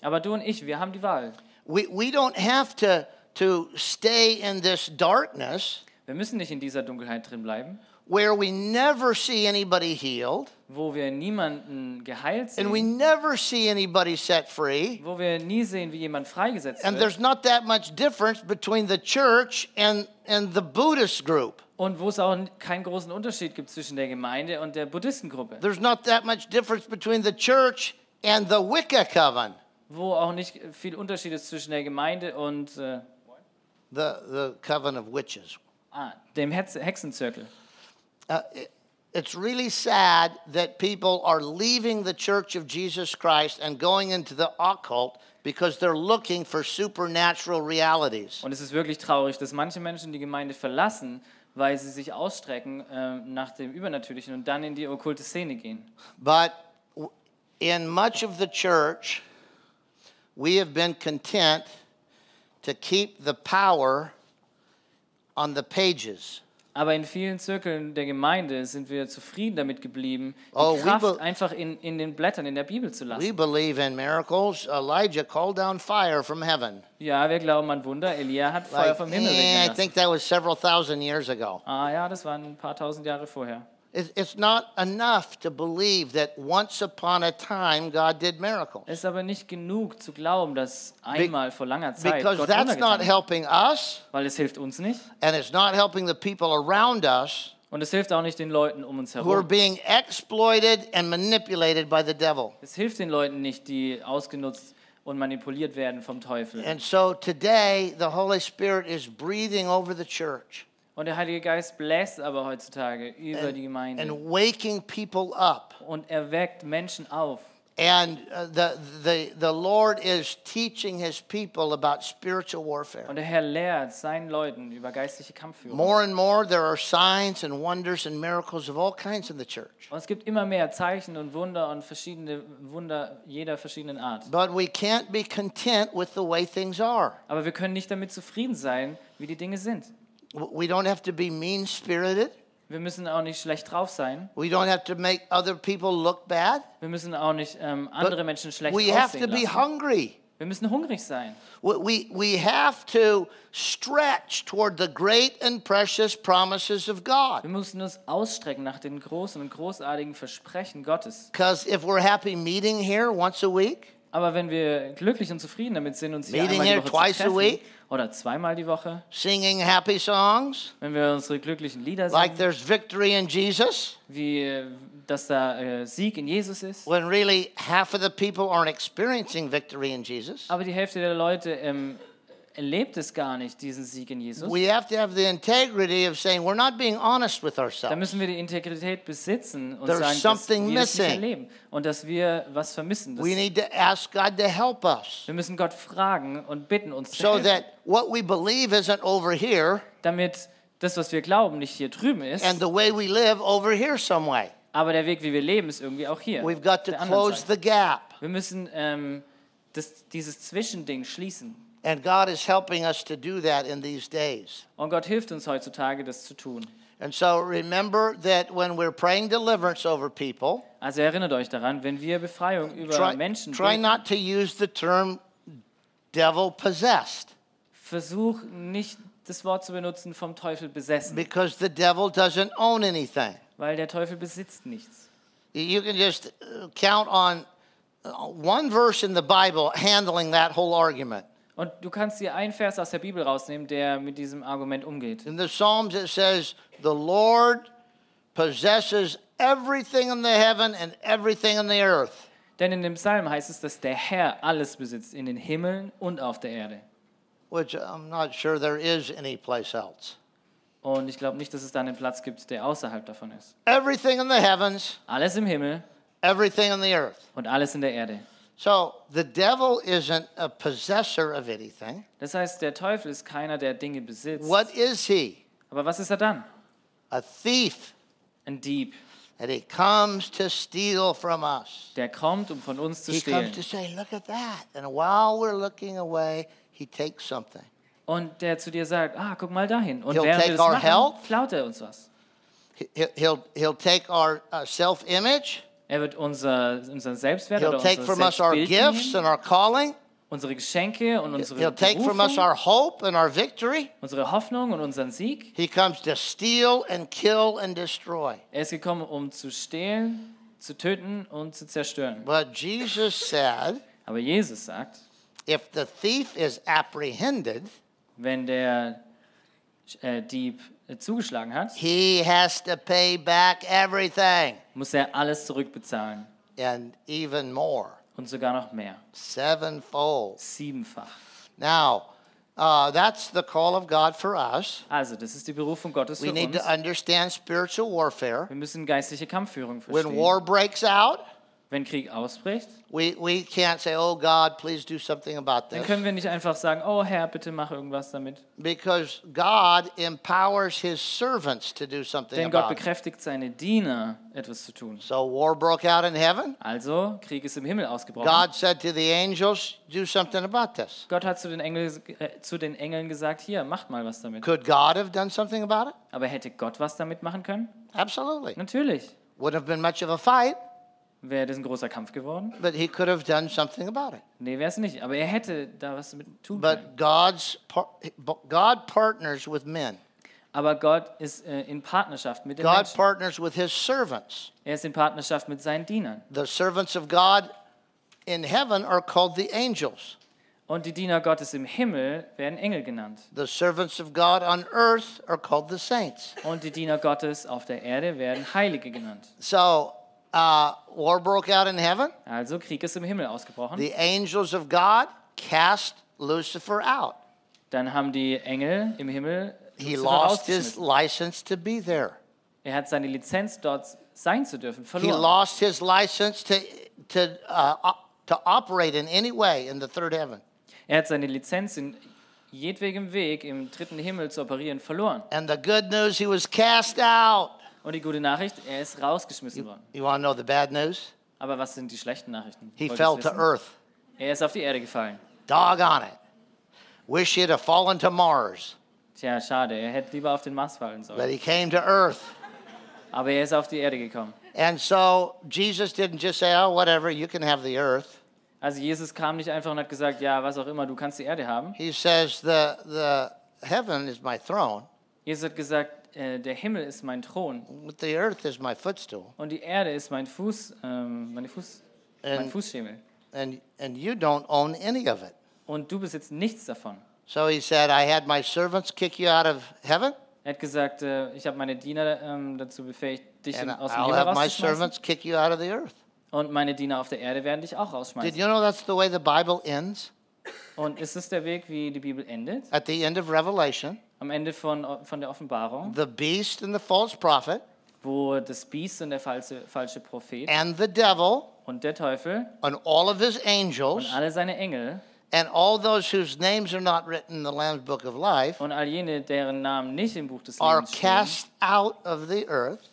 Speaker 2: Aber du und ich, wir haben die Wahl.
Speaker 1: We we don't have to to stay in this darkness
Speaker 2: Wir müssen nicht in dieser Dunkelheit drin bleiben,
Speaker 1: where we never see anybody healed
Speaker 2: wo wir niemanden geheilt
Speaker 1: and we
Speaker 2: sehen,
Speaker 1: never see anybody set free.
Speaker 2: wo wir nie sehen, wie jemand freigesetzt
Speaker 1: And
Speaker 2: wird
Speaker 1: there's not that much difference between the church and and the Buddhist group.
Speaker 2: und wo es auch keinen großen Unterschied gibt zwischen der Gemeinde und der Buddhistengruppe,
Speaker 1: There's not that much difference between the church and the Wicca coven.
Speaker 2: wo auch nicht viel Unterschied ist zwischen der Gemeinde und äh,
Speaker 1: The the coven of witches.
Speaker 2: ah, dem Hex Hexenzirkel.
Speaker 1: Uh, it's really sad that people are leaving the church of Jesus Christ and going into the occult because they're looking for supernatural realities.
Speaker 2: Und es ist wirklich traurig, dass manche Menschen die Gemeinde verlassen, weil sie sich ausstrecken ähm, nach dem Übernatürlichen und dann in die okkulte Szene gehen.
Speaker 1: But w- in much of the church, we have been content to keep the power on the pages.
Speaker 2: Aber in vielen Zirkeln der Gemeinde sind wir zufrieden damit geblieben, die
Speaker 1: Oh, we bel-
Speaker 2: Kraft einfach in, in den Blättern in der Bibel zu
Speaker 1: We
Speaker 2: lassen.
Speaker 1: believe in miracles. Elijah called down fire from heaven.
Speaker 2: Ja, wir glauben an Wunder. Elia hat Feuer
Speaker 1: Like,
Speaker 2: vom Himmel
Speaker 1: eh, I
Speaker 2: regnen lassen.
Speaker 1: think that was several thousand years ago.
Speaker 2: Ah ja, das waren ein paar tausend Jahre vorher.
Speaker 1: It- It's not enough to believe that once upon a time God did miracles.
Speaker 2: Es ist aber nicht genug zu glauben, dass einmal vor langer Zeit
Speaker 1: Because
Speaker 2: Gott
Speaker 1: that's
Speaker 2: Wunder
Speaker 1: not
Speaker 2: getan hat,
Speaker 1: helping us,
Speaker 2: weil es hilft uns nicht
Speaker 1: and it's not helping the people around us
Speaker 2: und es hilft auch nicht den Leuten um uns
Speaker 1: who are
Speaker 2: herum.
Speaker 1: being exploited and manipulated by the devil.
Speaker 2: Es hilft den Leuten nicht, die ausgenutzt und manipuliert werden vom Teufel.
Speaker 1: And so today, the Holy Spirit is breathing over the church
Speaker 2: Und der Heilige Geist bläst aber heutzutage über die Gemeinde
Speaker 1: and waking people up.
Speaker 2: und erweckt Menschen auf.
Speaker 1: And uh, the, the, the Lord is teaching his people about spiritual warfare.
Speaker 2: Und der Herr lehrt seinen Leuten über geistliche Kampfführung.
Speaker 1: More and more, there are signs and wonders and miracles of all kinds in the church.
Speaker 2: Und es gibt immer mehr Zeichen und Wunder und verschiedene Wunder jeder verschiedenen Art.
Speaker 1: But we can't be content with the way things are.
Speaker 2: Aber wir können nicht damit zufrieden sein, wie die Dinge sind.
Speaker 1: W- We don't have to be mean spirited.
Speaker 2: Wir müssen auch nicht schlecht drauf sein.
Speaker 1: We don't have to make other people look bad.
Speaker 2: Wir müssen auch nicht ähm, andere Menschen schlecht
Speaker 1: We have to
Speaker 2: aussehen
Speaker 1: be
Speaker 2: lassen.
Speaker 1: hungry.
Speaker 2: Wir müssen hungrig sein.
Speaker 1: We, we, we have to stretch toward the great and precious promises of
Speaker 2: Wir
Speaker 1: God.
Speaker 2: müssen uns ausstrecken nach den großen und großartigen Versprechen Gottes.
Speaker 1: Because if we're happy meeting here once a week,
Speaker 2: Aber wenn wir glücklich und zufrieden damit sind, uns hier
Speaker 1: Meeting
Speaker 2: einmal die
Speaker 1: here
Speaker 2: Woche
Speaker 1: twice a
Speaker 2: zu treffen,
Speaker 1: week.
Speaker 2: oder zweimal die Woche,
Speaker 1: singing happy songs
Speaker 2: wenn wir unsere glücklichen Lieder
Speaker 1: like
Speaker 2: singen,
Speaker 1: there's victory in Jesus,
Speaker 2: wie äh, dass da äh, Sieg in Jesus ist,
Speaker 1: when really half of the people aren't experiencing victory in Jesus.
Speaker 2: aber die Hälfte der Leute ähm, erlebt es gar nicht, diesen Sieg in Jesus,
Speaker 1: We have to have the integrity of saying we're not being honest with
Speaker 2: dann
Speaker 1: ourselves.
Speaker 2: müssen wir die Integrität besitzen und
Speaker 1: There's
Speaker 2: sagen, dass wir
Speaker 1: something
Speaker 2: das nicht
Speaker 1: missing.
Speaker 2: erleben und dass wir was vermissen. Dass
Speaker 1: We need to ask God to help us
Speaker 2: wir müssen Gott fragen und bitten uns, zu
Speaker 1: so
Speaker 2: helfen,
Speaker 1: that what we believe isn't over here
Speaker 2: damit das, was wir glauben, nicht hier drüben ist,
Speaker 1: and the way we live over here some way.
Speaker 2: aber der Weg, wie wir leben, ist irgendwie auch hier.
Speaker 1: We've got to
Speaker 2: der anderen
Speaker 1: close
Speaker 2: Seite.
Speaker 1: the gap.
Speaker 2: Wir müssen ähm, das, dieses Zwischending schließen.
Speaker 1: And God is helping us to do that in these days.
Speaker 2: Und Gott hilft uns heutzutage, das zu tun.
Speaker 1: And so remember that when we're praying deliverance over people,
Speaker 2: Also erinnert euch daran, wenn wir Befreiung über
Speaker 1: try,
Speaker 2: Menschen
Speaker 1: try
Speaker 2: beten,
Speaker 1: not to use the term devil possessed
Speaker 2: versuch nicht das Wort zu benutzen, vom Teufel besessen,
Speaker 1: because the devil doesn't own anything.
Speaker 2: weil der Teufel besitzt nichts.
Speaker 1: You can just uh, count on uh, one verse in the Bible handling that whole argument.
Speaker 2: Und du kannst dir einen Vers aus der Bibel rausnehmen, der mit diesem Argument umgeht.
Speaker 1: In the Psalms, it says, The Lord possesses everything in the heaven and everything in the earth.
Speaker 2: Denn in dem Psalm heißt es, dass der Herr alles besitzt, in den Himmeln und auf der Erde.
Speaker 1: which I'm not sure there is any place else.
Speaker 2: Und ich glaube nicht, dass es da einen Platz gibt, der außerhalb davon ist.
Speaker 1: Everything in the heavens,
Speaker 2: Alles im Himmel
Speaker 1: everything in the earth.
Speaker 2: und alles in der Erde.
Speaker 1: So the devil isn't a possessor of anything.
Speaker 2: Das heißt, der Teufel ist keiner, der Dinge besitzt.
Speaker 1: What is he?
Speaker 2: Aber was ist er dann?
Speaker 1: A thief.
Speaker 2: Ein Dieb,
Speaker 1: And he comes to steal from us.
Speaker 2: der kommt, um von uns zu
Speaker 1: He comes
Speaker 2: stehlen.
Speaker 1: to say, Look at that. And while we're looking away, he takes something.
Speaker 2: Und der zu dir sagt, ah, guck mal dahin. Und
Speaker 1: He'll
Speaker 2: während
Speaker 1: take
Speaker 2: wir das
Speaker 1: our
Speaker 2: machen,
Speaker 1: health.
Speaker 2: klaut er uns was.
Speaker 1: He- He'll, he'll, he'll take our uh, self image,
Speaker 2: Er wird unser, unseren Selbstwert
Speaker 1: he'll
Speaker 2: oder
Speaker 1: take
Speaker 2: unser
Speaker 1: from us our
Speaker 2: Selbstbild
Speaker 1: gifts and
Speaker 2: nehmen,
Speaker 1: our calling,
Speaker 2: unsere Geschenke und unsere
Speaker 1: he'll take from us
Speaker 2: Berufung,
Speaker 1: our hope and our victory.
Speaker 2: unsere Hoffnung und unseren Sieg.
Speaker 1: He comes to steal and kill and destroy.
Speaker 2: Er ist gekommen, um zu stehlen, zu töten und zu zerstören.
Speaker 1: But Jesus said,
Speaker 2: Aber Jesus sagt,
Speaker 1: if the thief is apprehended,
Speaker 2: wenn der äh, Dieb äh, zugeschlagen hat,
Speaker 1: he has to pay back everything
Speaker 2: muss er alles zurückbezahlen.
Speaker 1: and even more,
Speaker 2: Und sogar noch mehr.
Speaker 1: sevenfold.
Speaker 2: Siebenfach.
Speaker 1: Now, Uh, that's the call of God for us.
Speaker 2: Also, das ist die Berufung Gottes für
Speaker 1: We need
Speaker 2: uns.
Speaker 1: to understand spiritual warfare.
Speaker 2: Wir müssen geistliche Kampfführung
Speaker 1: When
Speaker 2: verstehen.
Speaker 1: war breaks out,
Speaker 2: Wenn Krieg ausbricht,
Speaker 1: we, we can't say, oh God, please do something about
Speaker 2: dann können
Speaker 1: this.
Speaker 2: wir nicht einfach sagen, oh Herr, bitte mach irgendwas damit.
Speaker 1: Because God empowers his servants to do something
Speaker 2: Denn Gott
Speaker 1: about it.
Speaker 2: bekräftigt seine Diener, etwas zu tun.
Speaker 1: So war broke out in heaven.
Speaker 2: Also, Krieg ist im Himmel ausgebrochen.
Speaker 1: God said to the angels, do something about this.
Speaker 2: Gott hat zu den, Engel, äh, zu den Engeln gesagt, hier, macht mal was damit.
Speaker 1: Could God have done something about it?
Speaker 2: Aber hätte Gott was damit machen können?
Speaker 1: Absolutely.
Speaker 2: Natürlich.
Speaker 1: Wouldn't have been much of a fight,
Speaker 2: Wäre das ein großer Kampf geworden?
Speaker 1: but he could have done something about it.
Speaker 2: Nee, wäre es nicht. Aber er hätte da was damit tun können.
Speaker 1: But God's par- God partners with men.
Speaker 2: Aber Gott ist äh, in Partnerschaft mit den
Speaker 1: God
Speaker 2: Menschen.
Speaker 1: partners with his servants.
Speaker 2: Er ist in Partnerschaft mit seinen Dienern.
Speaker 1: The servants of God in heaven are called the angels.
Speaker 2: Und die Diener Gottes im Himmel werden Engel genannt.
Speaker 1: The servants of God on earth are called the saints.
Speaker 2: Und die Diener Gottes auf der Erde werden Heilige genannt.
Speaker 1: So, uh, war broke out in heaven.
Speaker 2: Also Krieg ist im Himmel ausgebrochen.
Speaker 1: The angels of God cast Lucifer out.
Speaker 2: Dann haben die Engel im Himmel
Speaker 1: He
Speaker 2: Luzifer
Speaker 1: lost his
Speaker 2: rausgeschmissen.
Speaker 1: license to be there.
Speaker 2: Er hat seine Lizenz dort sein zu dürfen
Speaker 1: He
Speaker 2: verloren.
Speaker 1: lost his license to, to, uh, op- to operate in any way in the third heaven.
Speaker 2: Er hat seine Lizenz in jedwegem Weg im dritten Himmel zu operieren verloren.
Speaker 1: And the good news, he was cast out.
Speaker 2: Und die gute Nachricht, er ist rausgeschmissen worden.
Speaker 1: You want to know the bad news?
Speaker 2: Aber was sind die schlechten Nachrichten?
Speaker 1: He
Speaker 2: Wollt ihr's
Speaker 1: fell to
Speaker 2: wissen?
Speaker 1: earth.
Speaker 2: Er ist auf die Erde gefallen.
Speaker 1: Dog on it. Wish he'd have fallen to Mars,
Speaker 2: Tja, schade, er hätte lieber auf den Mars fallen
Speaker 1: but
Speaker 2: sollen.
Speaker 1: he came to earth.
Speaker 2: Aber er ist auf die Erde gekommen.
Speaker 1: And so Jesus didn't just say, oh, whatever, you can have the earth.
Speaker 2: Also Jesus kam nicht einfach und hat gesagt, ja, was auch immer, du kannst die Erde haben.
Speaker 1: He says, the, the heaven is my throne,
Speaker 2: Jesus hat gesagt, äh, der Himmel ist mein Thron
Speaker 1: but the earth is my footstool.
Speaker 2: und die Erde ist mein Fuß, ähm, meine Fuß, mein
Speaker 1: And,
Speaker 2: Fußschemel.
Speaker 1: and, and you don't own any of it.
Speaker 2: Und du besitzt nichts davon.
Speaker 1: So he said, I had my servants kick you out of heaven,
Speaker 2: Er hat gesagt, äh, ich habe meine Diener ähm, dazu befähigt, dich in,
Speaker 1: and
Speaker 2: aus dem
Speaker 1: I'll
Speaker 2: Himmel
Speaker 1: have my
Speaker 2: rauszuschmeißen.
Speaker 1: servants kick you out of the earth.
Speaker 2: Und meine Diener auf der Erde werden dich auch
Speaker 1: Did
Speaker 2: rausschmeißen.
Speaker 1: you know that's the way the Bible ends?
Speaker 2: Und ist es der Weg, wie die Bibel endet?
Speaker 1: At the end of Revelation,
Speaker 2: Am Ende von, von der Offenbarung,
Speaker 1: the beast and the false prophet
Speaker 2: wo das Biest und der falsche, falsche Prophet
Speaker 1: and the devil
Speaker 2: und der Teufel
Speaker 1: and all of his angels
Speaker 2: und alle seine Engel
Speaker 1: and all those whose names are not written in the Lamb's Book of Life
Speaker 2: und all jene, deren Namen nicht im Buch des
Speaker 1: are
Speaker 2: Lebens stehen,
Speaker 1: cast out of the earth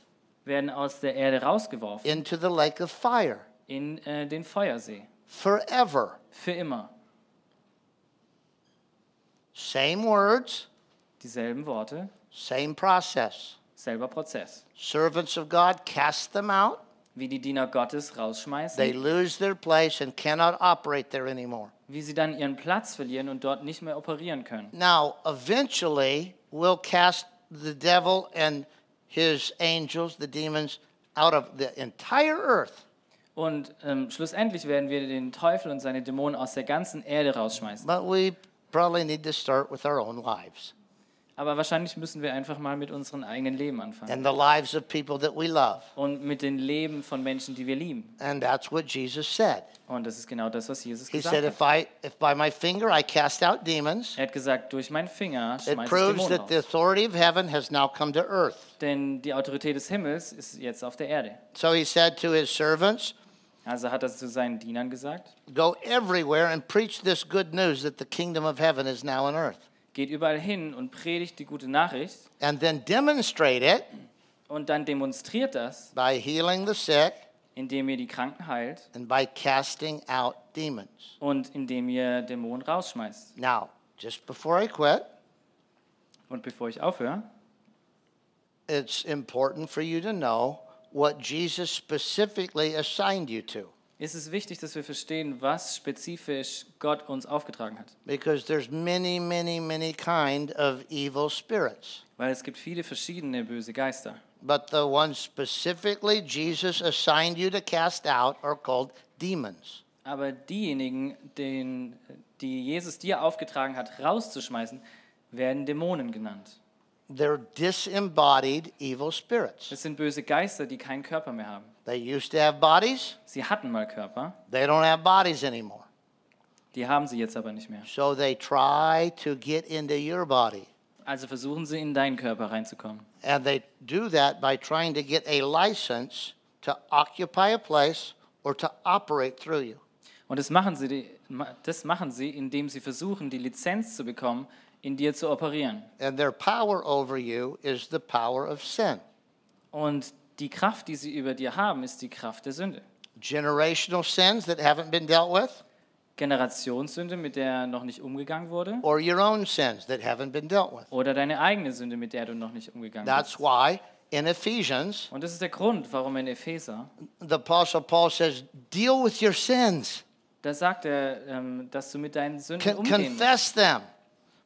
Speaker 2: werden aus der Erde rausgeworfen
Speaker 1: into the lake of fire
Speaker 2: in äh, den Feuersee.
Speaker 1: forever.
Speaker 2: Für immer.
Speaker 1: Same words,
Speaker 2: Dieselben Worte,
Speaker 1: same process.
Speaker 2: selber Prozess.
Speaker 1: Servants of God cast them out.
Speaker 2: Wie die Diener Gottes
Speaker 1: They
Speaker 2: rausschmeißen,
Speaker 1: lose their place and cannot operate there anymore.
Speaker 2: wie sie dann ihren Platz verlieren und dort nicht mehr operieren können.
Speaker 1: Now, eventually, we'll cast the devil and his angels, the demons, out of the entire earth.
Speaker 2: Und ähm, schlussendlich werden wir den Teufel und seine Dämonen aus der ganzen Erde rausschmeißen.
Speaker 1: But we probably need to start with our own lives
Speaker 2: Aber wahrscheinlich müssen wir einfach mal mit unseren eigenen Leben anfangen.
Speaker 1: and the lives of people that we love.
Speaker 2: Und mit den Leben von Menschen, die wir lieben.
Speaker 1: And that's what Jesus said.
Speaker 2: Und das ist genau das, was Jesus
Speaker 1: He
Speaker 2: gesagt
Speaker 1: said,
Speaker 2: hat.
Speaker 1: if, I, if by my finger I cast out demons,
Speaker 2: Er hat gesagt, durch meinen Finger
Speaker 1: it
Speaker 2: schmeiße ich
Speaker 1: proves
Speaker 2: Dämonen
Speaker 1: that
Speaker 2: raus.
Speaker 1: the authority of heaven has now come to earth.
Speaker 2: Denn die Autorität des Himmels ist jetzt auf der Erde.
Speaker 1: So he said to his servants,
Speaker 2: Also hat er zu seinen Dienern gesagt,
Speaker 1: Go everywhere and preach this good news that the kingdom of heaven is now on earth.
Speaker 2: geht überall hin und predigt die gute Nachricht
Speaker 1: And then demonstrate it
Speaker 2: und dann demonstriert das,
Speaker 1: by healing the sick
Speaker 2: indem ihr die Kranken heilt
Speaker 1: and by casting out demons.
Speaker 2: und indem ihr Dämonen rausschmeißt.
Speaker 1: Now, just before I quit,
Speaker 2: Und bevor ich aufhöre,
Speaker 1: it's important for you to know what Jesus specifically assigned you to
Speaker 2: ist es wichtig, dass wir verstehen, was spezifisch Gott uns aufgetragen hat.
Speaker 1: because there's many many many kind of evil spirits
Speaker 2: Weil es gibt viele verschiedene böse Geister.
Speaker 1: but the ones specifically Jesus assigned you to cast out are called demons
Speaker 2: Aber diejenigen, den, die Jesus dir aufgetragen hat, rauszuschmeißen, werden Dämonen genannt.
Speaker 1: they're disembodied evil spirits
Speaker 2: Das sind böse Geister, die keinen Körper mehr haben.
Speaker 1: they used to have bodies
Speaker 2: Sie hatten mal Körper,
Speaker 1: they don't have bodies anymore
Speaker 2: Die haben sie jetzt aber nicht mehr.
Speaker 1: So they try to get into your body.
Speaker 2: Also versuchen sie, in deinen Körper reinzukommen.
Speaker 1: And they do that by trying to get a license to occupy a place or to operate through you.
Speaker 2: Und das machen sie, die- ma- das machen sie indem sie versuchen, die Lizenz zu bekommen, in dir zu operieren.
Speaker 1: And their power over you is the power of sin.
Speaker 2: Und die Kraft, die sie über dir haben, ist die Kraft der Sünde.
Speaker 1: Generational sins that haven't been dealt with,
Speaker 2: Generationssünde, mit der noch nicht umgegangen wurde,
Speaker 1: or your own sins that haven't been dealt with.
Speaker 2: oder deine eigene Sünde, mit der du noch nicht umgegangen bist.
Speaker 1: That's why in Ephesians,
Speaker 2: Und das ist der Grund, warum in Epheser,
Speaker 1: the Apostle Paul says, deal with your sins,
Speaker 2: da sagt er, ähm, dass du mit deinen Sünden
Speaker 1: Con-
Speaker 2: umgehen musst.
Speaker 1: confess them,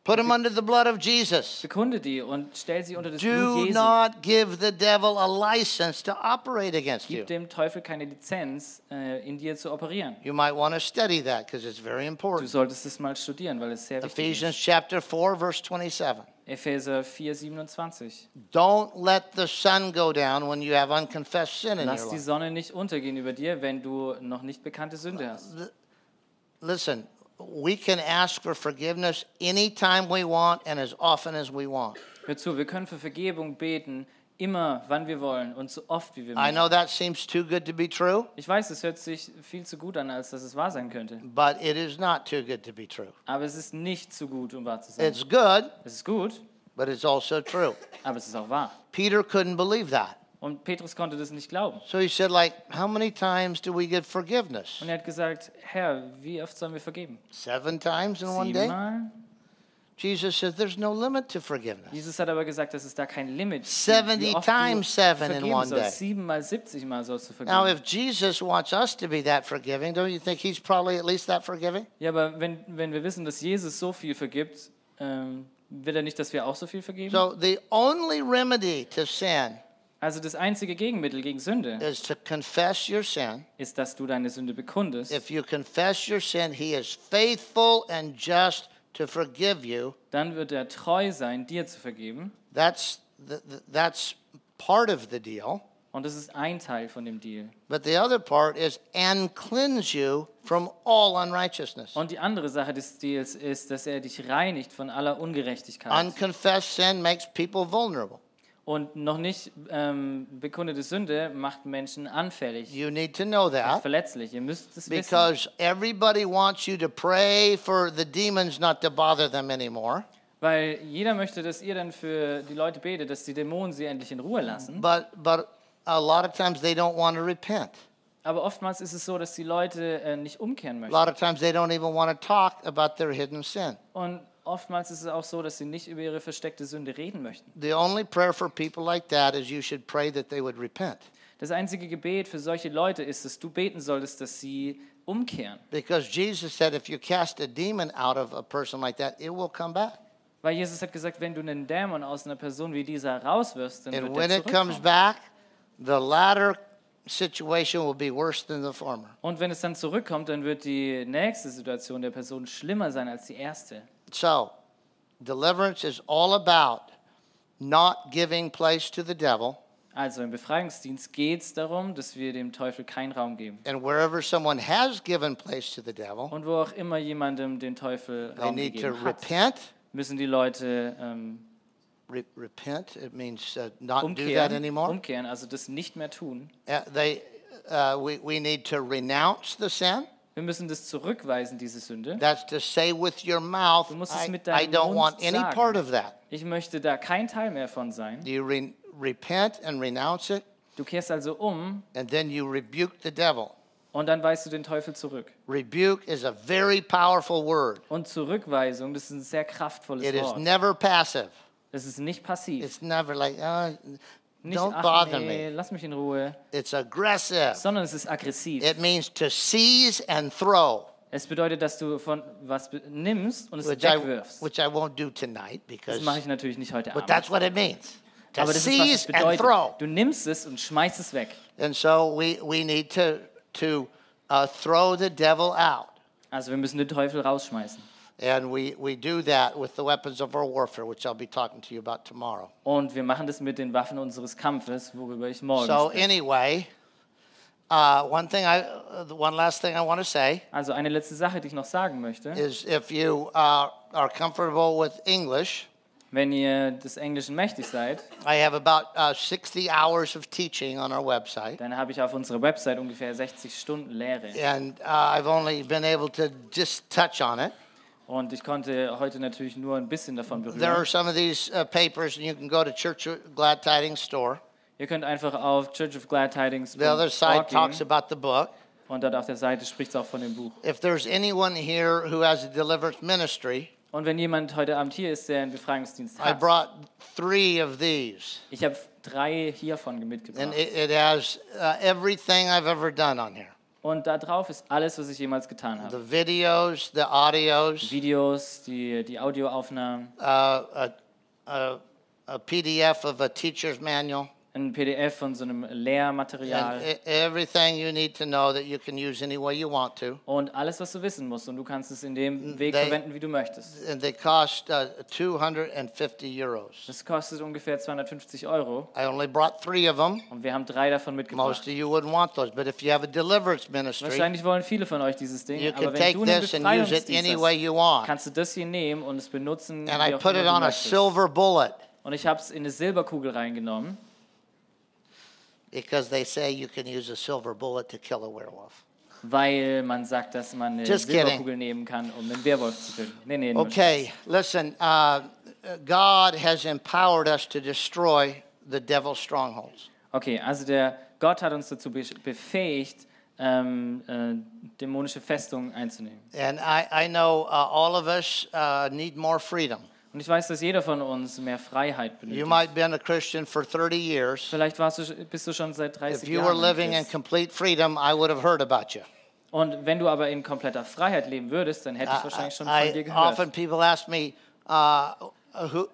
Speaker 1: put them under the blood of Jesus.
Speaker 2: Bekunde die und stell sie unter das Blut
Speaker 1: Do
Speaker 2: Jesu.
Speaker 1: not give the devil a license to operate against you.
Speaker 2: Gib dem Teufel keine Lizenz, äh, in dir zu operieren.
Speaker 1: You might want to study that because it's very
Speaker 2: Du
Speaker 1: important.
Speaker 2: solltest es mal studieren, weil es sehr wichtig
Speaker 1: Ephesians chapter 4, verse 27.
Speaker 2: ist. Epheser 4, 27.
Speaker 1: Don't let the sun go down when you have unconfessed sin in your
Speaker 2: Lass die
Speaker 1: life.
Speaker 2: Sonne nicht untergehen über dir, wenn du noch nicht bekannte Sünde hast.
Speaker 1: Listen, we can ask for forgiveness anytime we want and as often as we want.
Speaker 2: Hör zu, wir können für Vergebung beten, immer, wann wir wollen und so oft, wie wir
Speaker 1: I
Speaker 2: möchten.
Speaker 1: know that seems too good to be true,
Speaker 2: Ich weiß, es hört sich viel zu gut an, als dass es wahr sein könnte.
Speaker 1: but it is not too good to be true.
Speaker 2: Aber es ist nicht zu gut, um wahr zu sein.
Speaker 1: It's good,
Speaker 2: Es ist gut,
Speaker 1: but it's also true.
Speaker 2: aber es ist auch wahr.
Speaker 1: Peter couldn't believe that.
Speaker 2: Und Petrus konnte das nicht glauben.
Speaker 1: So he said like, how many times do we get forgiveness?
Speaker 2: Und er hat gesagt, Herr, wie oft sollen wir vergeben?
Speaker 1: 7 times in one day?
Speaker 2: Siebenmal?
Speaker 1: Jesus says there's no limit to forgiveness.
Speaker 2: Jesus hat aber gesagt, dass es da kein Limit. gibt,
Speaker 1: 70
Speaker 2: wie oft du
Speaker 1: times seven in
Speaker 2: vergeben
Speaker 1: one
Speaker 2: sollst.
Speaker 1: day.
Speaker 2: Siebenmal, 70 Mal sollst du
Speaker 1: Now,
Speaker 2: vergeben.
Speaker 1: if Jesus wants us to be that forgiving, don't you think he's probably at least that forgiving?
Speaker 2: Ja, aber wenn, wenn wir wissen, dass Jesus so viel vergibt, ähm, will er nicht, dass wir auch so viel vergeben?
Speaker 1: So, the only remedy to sin
Speaker 2: also das einzige Gegenmittel gegen Sünde
Speaker 1: is to confess your sin.
Speaker 2: ist, dass du deine Sünde bekundest.
Speaker 1: If you confess your sin, he is faithful and just to forgive you.
Speaker 2: Dann wird er treu sein, dir zu vergeben.
Speaker 1: That's, the, the- that's part of the deal.
Speaker 2: Und das ist ein Teil von dem Deal.
Speaker 1: But the other part is, and cleanse you from all unrighteousness.
Speaker 2: Und die andere Sache des Deals ist, dass er dich reinigt von aller Ungerechtigkeit.
Speaker 1: Unconfessed sin makes people vulnerable.
Speaker 2: Und noch nicht ähm, bekundete Sünde macht Menschen anfällig,
Speaker 1: You need to know that.
Speaker 2: verletzlich. Ihr müsst es wissen,
Speaker 1: Because everybody wants you to pray for the demons not to bother them anymore.
Speaker 2: weil jeder möchte, dass ihr dann für die Leute betet, dass die Dämonen sie endlich in Ruhe lassen.
Speaker 1: But but a lot of times they don't want to repent.
Speaker 2: Aber oftmals ist es so, dass die Leute äh, nicht umkehren
Speaker 1: A
Speaker 2: möchten.
Speaker 1: lot of times they don't even want to talk about their hidden sin.
Speaker 2: Und oftmals ist es auch so, dass sie nicht über ihre versteckte Sünde reden möchten.
Speaker 1: The only prayer for people like that is you should pray that they would repent.
Speaker 2: Das einzige Gebet für solche Leute ist, dass du beten solltest, dass sie umkehren.
Speaker 1: Because Jesus said if you cast a demon out of a person like that, it will come back.
Speaker 2: Weil Jesus hat gesagt, wenn du einen Dämon aus einer Person wie dieser rauswirfst, dann
Speaker 1: And
Speaker 2: wird
Speaker 1: when
Speaker 2: er
Speaker 1: it comes
Speaker 2: zurückkommen.
Speaker 1: back, the latter situation will be worse than the former.
Speaker 2: Und wenn es dann zurückkommt, dann wird die nächste Situation der Person schlimmer sein als die erste.
Speaker 1: So, deliverance is all about not giving place to the devil.
Speaker 2: Also im Befreiungsdienst geht es darum, dass wir dem Teufel keinen Raum geben.
Speaker 1: And wherever someone has given place to the devil,
Speaker 2: Und wo auch immer jemandem den Teufel
Speaker 1: they
Speaker 2: Raum
Speaker 1: need to
Speaker 2: gegeben hat,
Speaker 1: repent.
Speaker 2: müssen die Leute ähm,
Speaker 1: Re- repent, it means uh, not do that
Speaker 2: umkehren,
Speaker 1: anymore.
Speaker 2: umkehren, also das nicht mehr tun.
Speaker 1: Uh, they, uh, we, we need to renounce the sin.
Speaker 2: Wir müssen das zurückweisen, diese Sünde.
Speaker 1: That's to say with your mouth,
Speaker 2: Du musst es
Speaker 1: I,
Speaker 2: mit
Speaker 1: I
Speaker 2: deinem
Speaker 1: don't
Speaker 2: Mund
Speaker 1: want any
Speaker 2: sagen."
Speaker 1: part of that.
Speaker 2: Ich möchte da kein Teil mehr von sein.
Speaker 1: You re- repent and renounce it,
Speaker 2: Du kehrst also um
Speaker 1: and then you rebuke the devil.
Speaker 2: und dann weist du den Teufel zurück.
Speaker 1: Rebuke is a very powerful word.
Speaker 2: Und Zurückweisung, das ist ein sehr kraftvolles
Speaker 1: It is
Speaker 2: Wort.
Speaker 1: never passive.
Speaker 2: Das ist nicht passiv.
Speaker 1: It's never like, oh,
Speaker 2: Nicht,
Speaker 1: don't
Speaker 2: ach,
Speaker 1: bother
Speaker 2: nee,
Speaker 1: me.
Speaker 2: lass mich in Ruhe,
Speaker 1: It's aggressive.
Speaker 2: sondern es ist aggressiv.
Speaker 1: It means to seize and throw,
Speaker 2: Es bedeutet, dass du von was be- nimmst und es
Speaker 1: which I,
Speaker 2: wegwirfst.
Speaker 1: which I won't do tonight because,
Speaker 2: das mache ich natürlich nicht heute
Speaker 1: but
Speaker 2: Abend.
Speaker 1: that's what it means to
Speaker 2: Aber das ist, was es
Speaker 1: seize and
Speaker 2: bedeutet.
Speaker 1: throw.
Speaker 2: Du nimmst es und schmeißt es weg.
Speaker 1: And so we, we need to, to uh, throw the devil out.
Speaker 2: Also wir müssen den Teufel rausschmeißen.
Speaker 1: And we, we do that with the weapons of our warfare, which I'll be talking to you about tomorrow.
Speaker 2: Oh, Und wir machen das mit den Waffen unseres Kampfes, worüber ich morgen
Speaker 1: So,
Speaker 2: spreche.
Speaker 1: anyway, Uh, one thing I, uh, the one last thing I want to say
Speaker 2: Also eine letzte Sache, die ich noch sagen möchte.
Speaker 1: is if you uh, are comfortable with English,
Speaker 2: Wenn ihr des Englischen mächtig seid,
Speaker 1: I have about uh, 60 hours of teaching on our website.
Speaker 2: dann habe ich auf unserer Website ungefähr 60 Stunden Lehre.
Speaker 1: And uh, I've only been able to just touch on it.
Speaker 2: Und ich konnte heute natürlich nur ein bisschen davon
Speaker 1: There are
Speaker 2: berühren.
Speaker 1: some of these uh, papers, and you can go to Church of Glad Tidings store.
Speaker 2: Ihr könnt einfach auf Church of Glad Tidings
Speaker 1: The other side talks
Speaker 2: gehen
Speaker 1: about the book.
Speaker 2: und dort auf der Seite spricht es auch von dem Buch.
Speaker 1: If there's anyone here who has a deliverance ministry,
Speaker 2: Und wenn jemand heute Abend hier ist, der einen Befragungsdienst
Speaker 1: I
Speaker 2: hat,
Speaker 1: brought three of these,
Speaker 2: ich habe drei hiervon
Speaker 1: and
Speaker 2: mitgebracht.
Speaker 1: it, it has uh, everything I've ever done on here
Speaker 2: Und da drauf ist alles, was ich jemals getan
Speaker 1: the
Speaker 2: habe.
Speaker 1: videos, the audios,
Speaker 2: Videos, die, die Audioaufnahmen,
Speaker 1: uh, a, a, a PDF of a teacher's manual,
Speaker 2: ein PDF von so einem
Speaker 1: and
Speaker 2: Lehrmaterial
Speaker 1: e- everything you need to know that you can use any way you want to.
Speaker 2: und alles, was du wissen musst. Und du kannst es in dem Weg
Speaker 1: Mm, They-
Speaker 2: verwenden, wie du möchtest.
Speaker 1: And they cost uh, 250 euros.
Speaker 2: Das kostet ungefähr 250 Euro
Speaker 1: I only brought three of them.
Speaker 2: und wir haben drei davon
Speaker 1: Most
Speaker 2: mitgebracht.
Speaker 1: of you wouldn't want those, but if you have a deliverance ministry,
Speaker 2: Wahrscheinlich wollen viele von euch dieses
Speaker 1: you
Speaker 2: Ding,
Speaker 1: can
Speaker 2: aber wenn
Speaker 1: take
Speaker 2: du einen
Speaker 1: this and use it
Speaker 2: Befreiungsdienst
Speaker 1: any
Speaker 2: hast,
Speaker 1: way you want.
Speaker 2: kannst du das hier nehmen und es benutzen,
Speaker 1: And
Speaker 2: wie
Speaker 1: I
Speaker 2: auch
Speaker 1: put
Speaker 2: immer
Speaker 1: it
Speaker 2: du
Speaker 1: on a
Speaker 2: möchtest.
Speaker 1: silver bullet
Speaker 2: Und ich habe es in eine Silberkugel reingenommen,
Speaker 1: because they say you can use a silver bullet to kill a werewolf.
Speaker 2: weil man sagt, dass man eine
Speaker 1: Just kidding.
Speaker 2: Silberkugel nehmen kann, um einen Werwolf zu töten. Nee, nee, nur
Speaker 1: Okay, listen, uh, God has empowered us to destroy the devil's strongholds.
Speaker 2: Okay, also der Gott hat uns dazu be- befähigt, ähm, äh, dämonische Festungen einzunehmen.
Speaker 1: And I, I know uh, all of us uh, need more freedom.
Speaker 2: Und ich weiß, dass jeder von uns mehr Freiheit
Speaker 1: You
Speaker 2: benötigt.
Speaker 1: might have been a Christian for 30 years.
Speaker 2: Vielleicht warst du, sch- bist du schon seit 30
Speaker 1: If you
Speaker 2: Jahren
Speaker 1: were
Speaker 2: ein
Speaker 1: living in
Speaker 2: Christ.
Speaker 1: complete freedom, I would have heard about you.
Speaker 2: Und wenn du aber in kompletter Freiheit leben würdest, dann hätte ich
Speaker 1: I,
Speaker 2: wahrscheinlich schon
Speaker 1: I-
Speaker 2: von dir gehört.
Speaker 1: often people ask me, uh, who,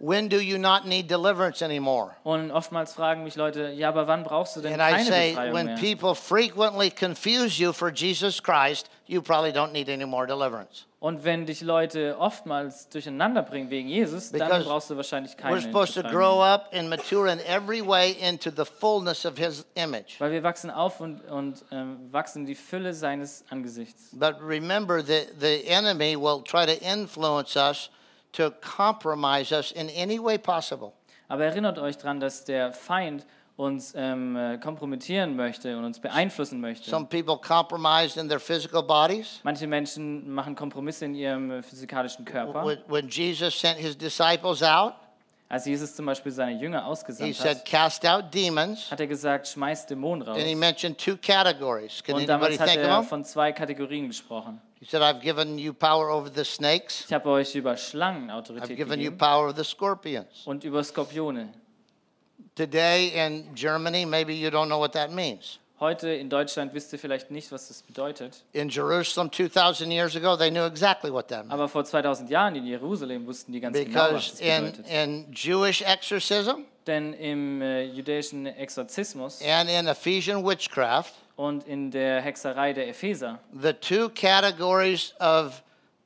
Speaker 1: when do you not need deliverance anymore?
Speaker 2: Und oftmals fragen mich Leute, ja, aber wann brauchst du denn
Speaker 1: And I
Speaker 2: keine
Speaker 1: say,
Speaker 2: Befreiung
Speaker 1: when
Speaker 2: mehr?
Speaker 1: people frequently confuse you for Jesus Christ, you probably don't need any more deliverance.
Speaker 2: Und wenn dich Leute oftmals durcheinander bringen wegen Jesus, dann
Speaker 1: Because
Speaker 2: brauchst du wahrscheinlich keine
Speaker 1: We're supposed to
Speaker 2: Befreiung
Speaker 1: grow
Speaker 2: mehr.
Speaker 1: up and mature in every way into the fullness of His image.
Speaker 2: Weil wir wachsen auf und, und ähm, wachsen in die Fülle seines Angesichts.
Speaker 1: But remember that the enemy will try to influence us to compromise us in any way possible.
Speaker 2: Aber erinnert euch daran, dass der Feind uns ähm, äh, kompromittieren möchte und uns beeinflussen möchte.
Speaker 1: Some people compromise in their physical bodies.
Speaker 2: Manche Menschen machen Kompromisse in ihrem äh, physikalischen Körper.
Speaker 1: When, when Jesus sent his disciples out,
Speaker 2: Als Jesus zum Beispiel seine Jünger
Speaker 1: he
Speaker 2: ausgesandt
Speaker 1: said,
Speaker 2: hat,
Speaker 1: Cast out demons.
Speaker 2: hat er gesagt, schmeißt Dämonen raus.
Speaker 1: And he mentioned two categories. Can
Speaker 2: Und
Speaker 1: anybody
Speaker 2: damals hat
Speaker 1: think
Speaker 2: er
Speaker 1: of them?
Speaker 2: von zwei Kategorien gesprochen.
Speaker 1: He said, I've given you power over the snakes,
Speaker 2: Ich habe euch über Schlangen
Speaker 1: I've
Speaker 2: Autorität
Speaker 1: given you
Speaker 2: gegeben
Speaker 1: power over the scorpions.
Speaker 2: und über Skorpione.
Speaker 1: Today in Germany, maybe you don't know what that means.
Speaker 2: Heute in Deutschland wisst ihr vielleicht nicht, was das bedeutet,
Speaker 1: In Jerusalem 2,000 years ago, they knew exactly what that meant.
Speaker 2: aber vor 2000 Jahren in Jerusalem wussten die ganz genau,
Speaker 1: Because
Speaker 2: was das
Speaker 1: in,
Speaker 2: bedeutet.
Speaker 1: in Jewish exorcism
Speaker 2: Denn im äh, jüdischen Exorzismus
Speaker 1: and in Ephesian witchcraft,
Speaker 2: und in der Hexerei der Epheser
Speaker 1: the two categories of,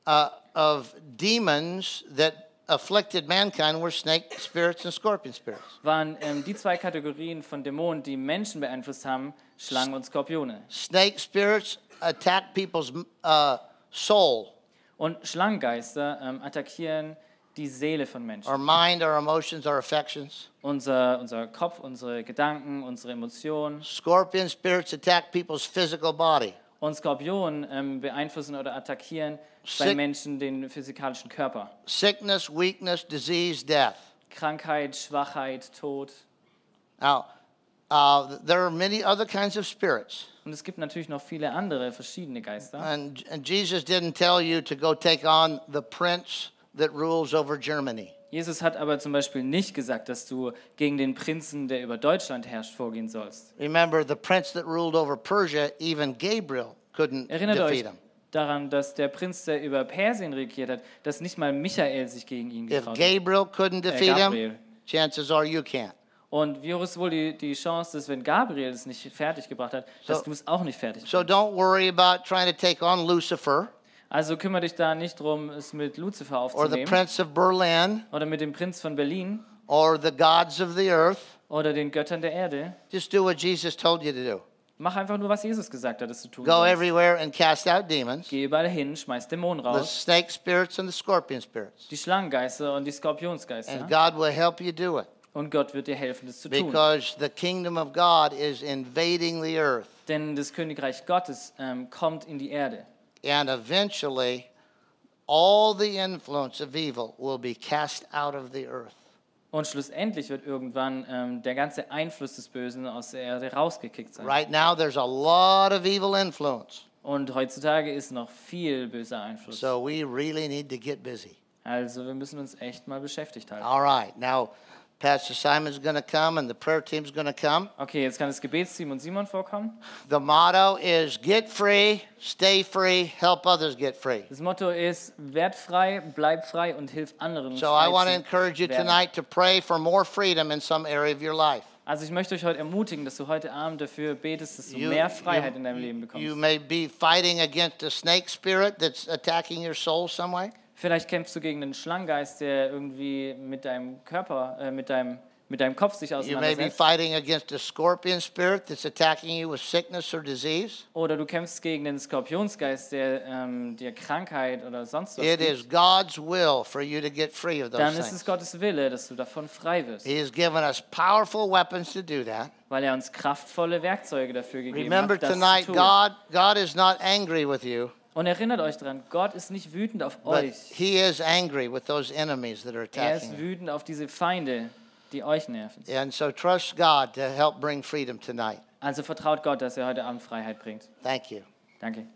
Speaker 1: uh, of demons that afflicted mankind were snake spirits and scorpion spirits.
Speaker 2: waren ähm, die zwei Kategorien von Dämonen, die Menschen beeinflusst haben, Schlangen und Skorpione.
Speaker 1: Snake spirits attack people's uh, soul,
Speaker 2: Und Schlangengeister ähm, attackieren die Seele von Menschen.
Speaker 1: our mind, our emotions, our affections.
Speaker 2: Unser, unser Kopf, unsere Gedanken, unsere Emotionen.
Speaker 1: Scorpion spirits attack people's physical body.
Speaker 2: Und Skorpionen ähm, beeinflussen oder attackieren bei
Speaker 1: Sick-
Speaker 2: Menschen den physikalischen Körper.
Speaker 1: Sickness, weakness, disease, death.
Speaker 2: Krankheit, Schwachheit, Tod.
Speaker 1: Now, uh, there are many other kinds of spirits.
Speaker 2: Und es gibt natürlich noch viele andere verschiedene Geister.
Speaker 1: And, and Jesus didn't tell you to go take on the prince that rules over Germany.
Speaker 2: Jesus hat aber zum Beispiel nicht gesagt, dass du gegen den Prinzen, der über Deutschland herrscht, vorgehen sollst.
Speaker 1: Remember, the prince that ruled over Persia, even Gabriel couldn't
Speaker 2: Erinnert
Speaker 1: defeat
Speaker 2: euch
Speaker 1: him.
Speaker 2: daran, dass der Prinz, der über Persien regiert hat, dass nicht mal Michael sich gegen ihn
Speaker 1: If
Speaker 2: getraut hat. Äh,
Speaker 1: Gabriel couldn't defeat
Speaker 2: Eh, Gabriel.
Speaker 1: him, chances are you can't.
Speaker 2: Und wie hoch ist wohl die, die Chance, dass wenn Gabriel es nicht fertig gebracht hat, dass
Speaker 1: So-
Speaker 2: du es auch nicht fertig
Speaker 1: So
Speaker 2: bringst?
Speaker 1: don't worry about trying to take on Lucifer
Speaker 2: Also kümmere dich da nicht drum, es mit Luzifer
Speaker 1: or the
Speaker 2: aufzunehmen
Speaker 1: prince of Berlin
Speaker 2: oder mit dem Prinz von Berlin
Speaker 1: or the gods of the earth.
Speaker 2: oder den Göttern der Erde.
Speaker 1: Just do what Jesus told you to do.
Speaker 2: Mach einfach nur, was Jesus gesagt hat, dass du tun
Speaker 1: Go
Speaker 2: sollst.
Speaker 1: everywhere and cast out demons,
Speaker 2: Geh überall hin, schmeiß Dämonen
Speaker 1: the
Speaker 2: raus,
Speaker 1: snake spirits and the scorpion spirits.
Speaker 2: die Schlangengeister und die
Speaker 1: And
Speaker 2: Skorpionsgeister.
Speaker 1: God will help you do it
Speaker 2: Und Gott wird dir helfen, das zu tun.
Speaker 1: because the kingdom of God is invading the earth.
Speaker 2: Denn das Königreich Gottes ähm, kommt in die Erde.
Speaker 1: And eventually, all the influence of evil will be cast out of the earth.
Speaker 2: Und schlussendlich wird irgendwann ähm, der ganze Einfluss des Bösen aus der Erde rausgekickt sein.
Speaker 1: Right now, there's a lot of evil influence.
Speaker 2: Und heutzutage ist noch viel böser Einfluss.
Speaker 1: So we really need to get busy.
Speaker 2: Also wir müssen uns echt mal beschäftigt halten.
Speaker 1: All right. Now, Pastor Simon's going to come and the prayer team's going to come.
Speaker 2: Okay, jetzt kann das Gebetsteam und Simon vorkommen.
Speaker 1: The motto is get free, stay free, help others get free.
Speaker 2: Das Motto ist, werd frei, bleib frei und hilf anderen.
Speaker 1: So
Speaker 2: frei
Speaker 1: I want to
Speaker 2: zu
Speaker 1: encourage you
Speaker 2: werden.
Speaker 1: tonight to pray for more freedom in some area of your life.
Speaker 2: Also ich möchte euch heute ermutigen, dass du heute Abend dafür betest, dass du
Speaker 1: You-
Speaker 2: mehr Freiheit
Speaker 1: you-
Speaker 2: in deinem Leben bekommst.
Speaker 1: You may be fighting against a snake spirit that's attacking your soul some way.
Speaker 2: Vielleicht kämpfst du gegen einen Schlangengeist, der irgendwie mit deinem Körper, äh, mit, deinem, mit deinem Kopf sich
Speaker 1: You may be
Speaker 2: auseinandersetzt.
Speaker 1: fighting against a scorpion spirit that's attacking you with sickness or disease.
Speaker 2: Oder du kämpfst gegen den Skorpionsgeist, der ähm, dir Krankheit oder sonst was
Speaker 1: It
Speaker 2: gibt.
Speaker 1: is God's will for you to get free of those
Speaker 2: Dann ist es
Speaker 1: things.
Speaker 2: Gottes Wille, dass du davon frei wirst,
Speaker 1: He has given us powerful weapons to do that.
Speaker 2: weil er uns kraftvolle Werkzeuge dafür gegeben
Speaker 1: Remember
Speaker 2: hat, das
Speaker 1: tonight,
Speaker 2: zu tun.
Speaker 1: God, God is not angry with you,
Speaker 2: Und erinnert euch daran, Gott ist nicht wütend auf
Speaker 1: but
Speaker 2: euch.
Speaker 1: He is angry with those enemies that are
Speaker 2: Er
Speaker 1: attacking
Speaker 2: ist
Speaker 1: you.
Speaker 2: wütend auf diese Feinde, die euch nerven.
Speaker 1: And so trust God to help bring freedom tonight.
Speaker 2: Also vertraut Gott, dass er heute Abend Freiheit bringt.
Speaker 1: Thank you.
Speaker 2: Danke.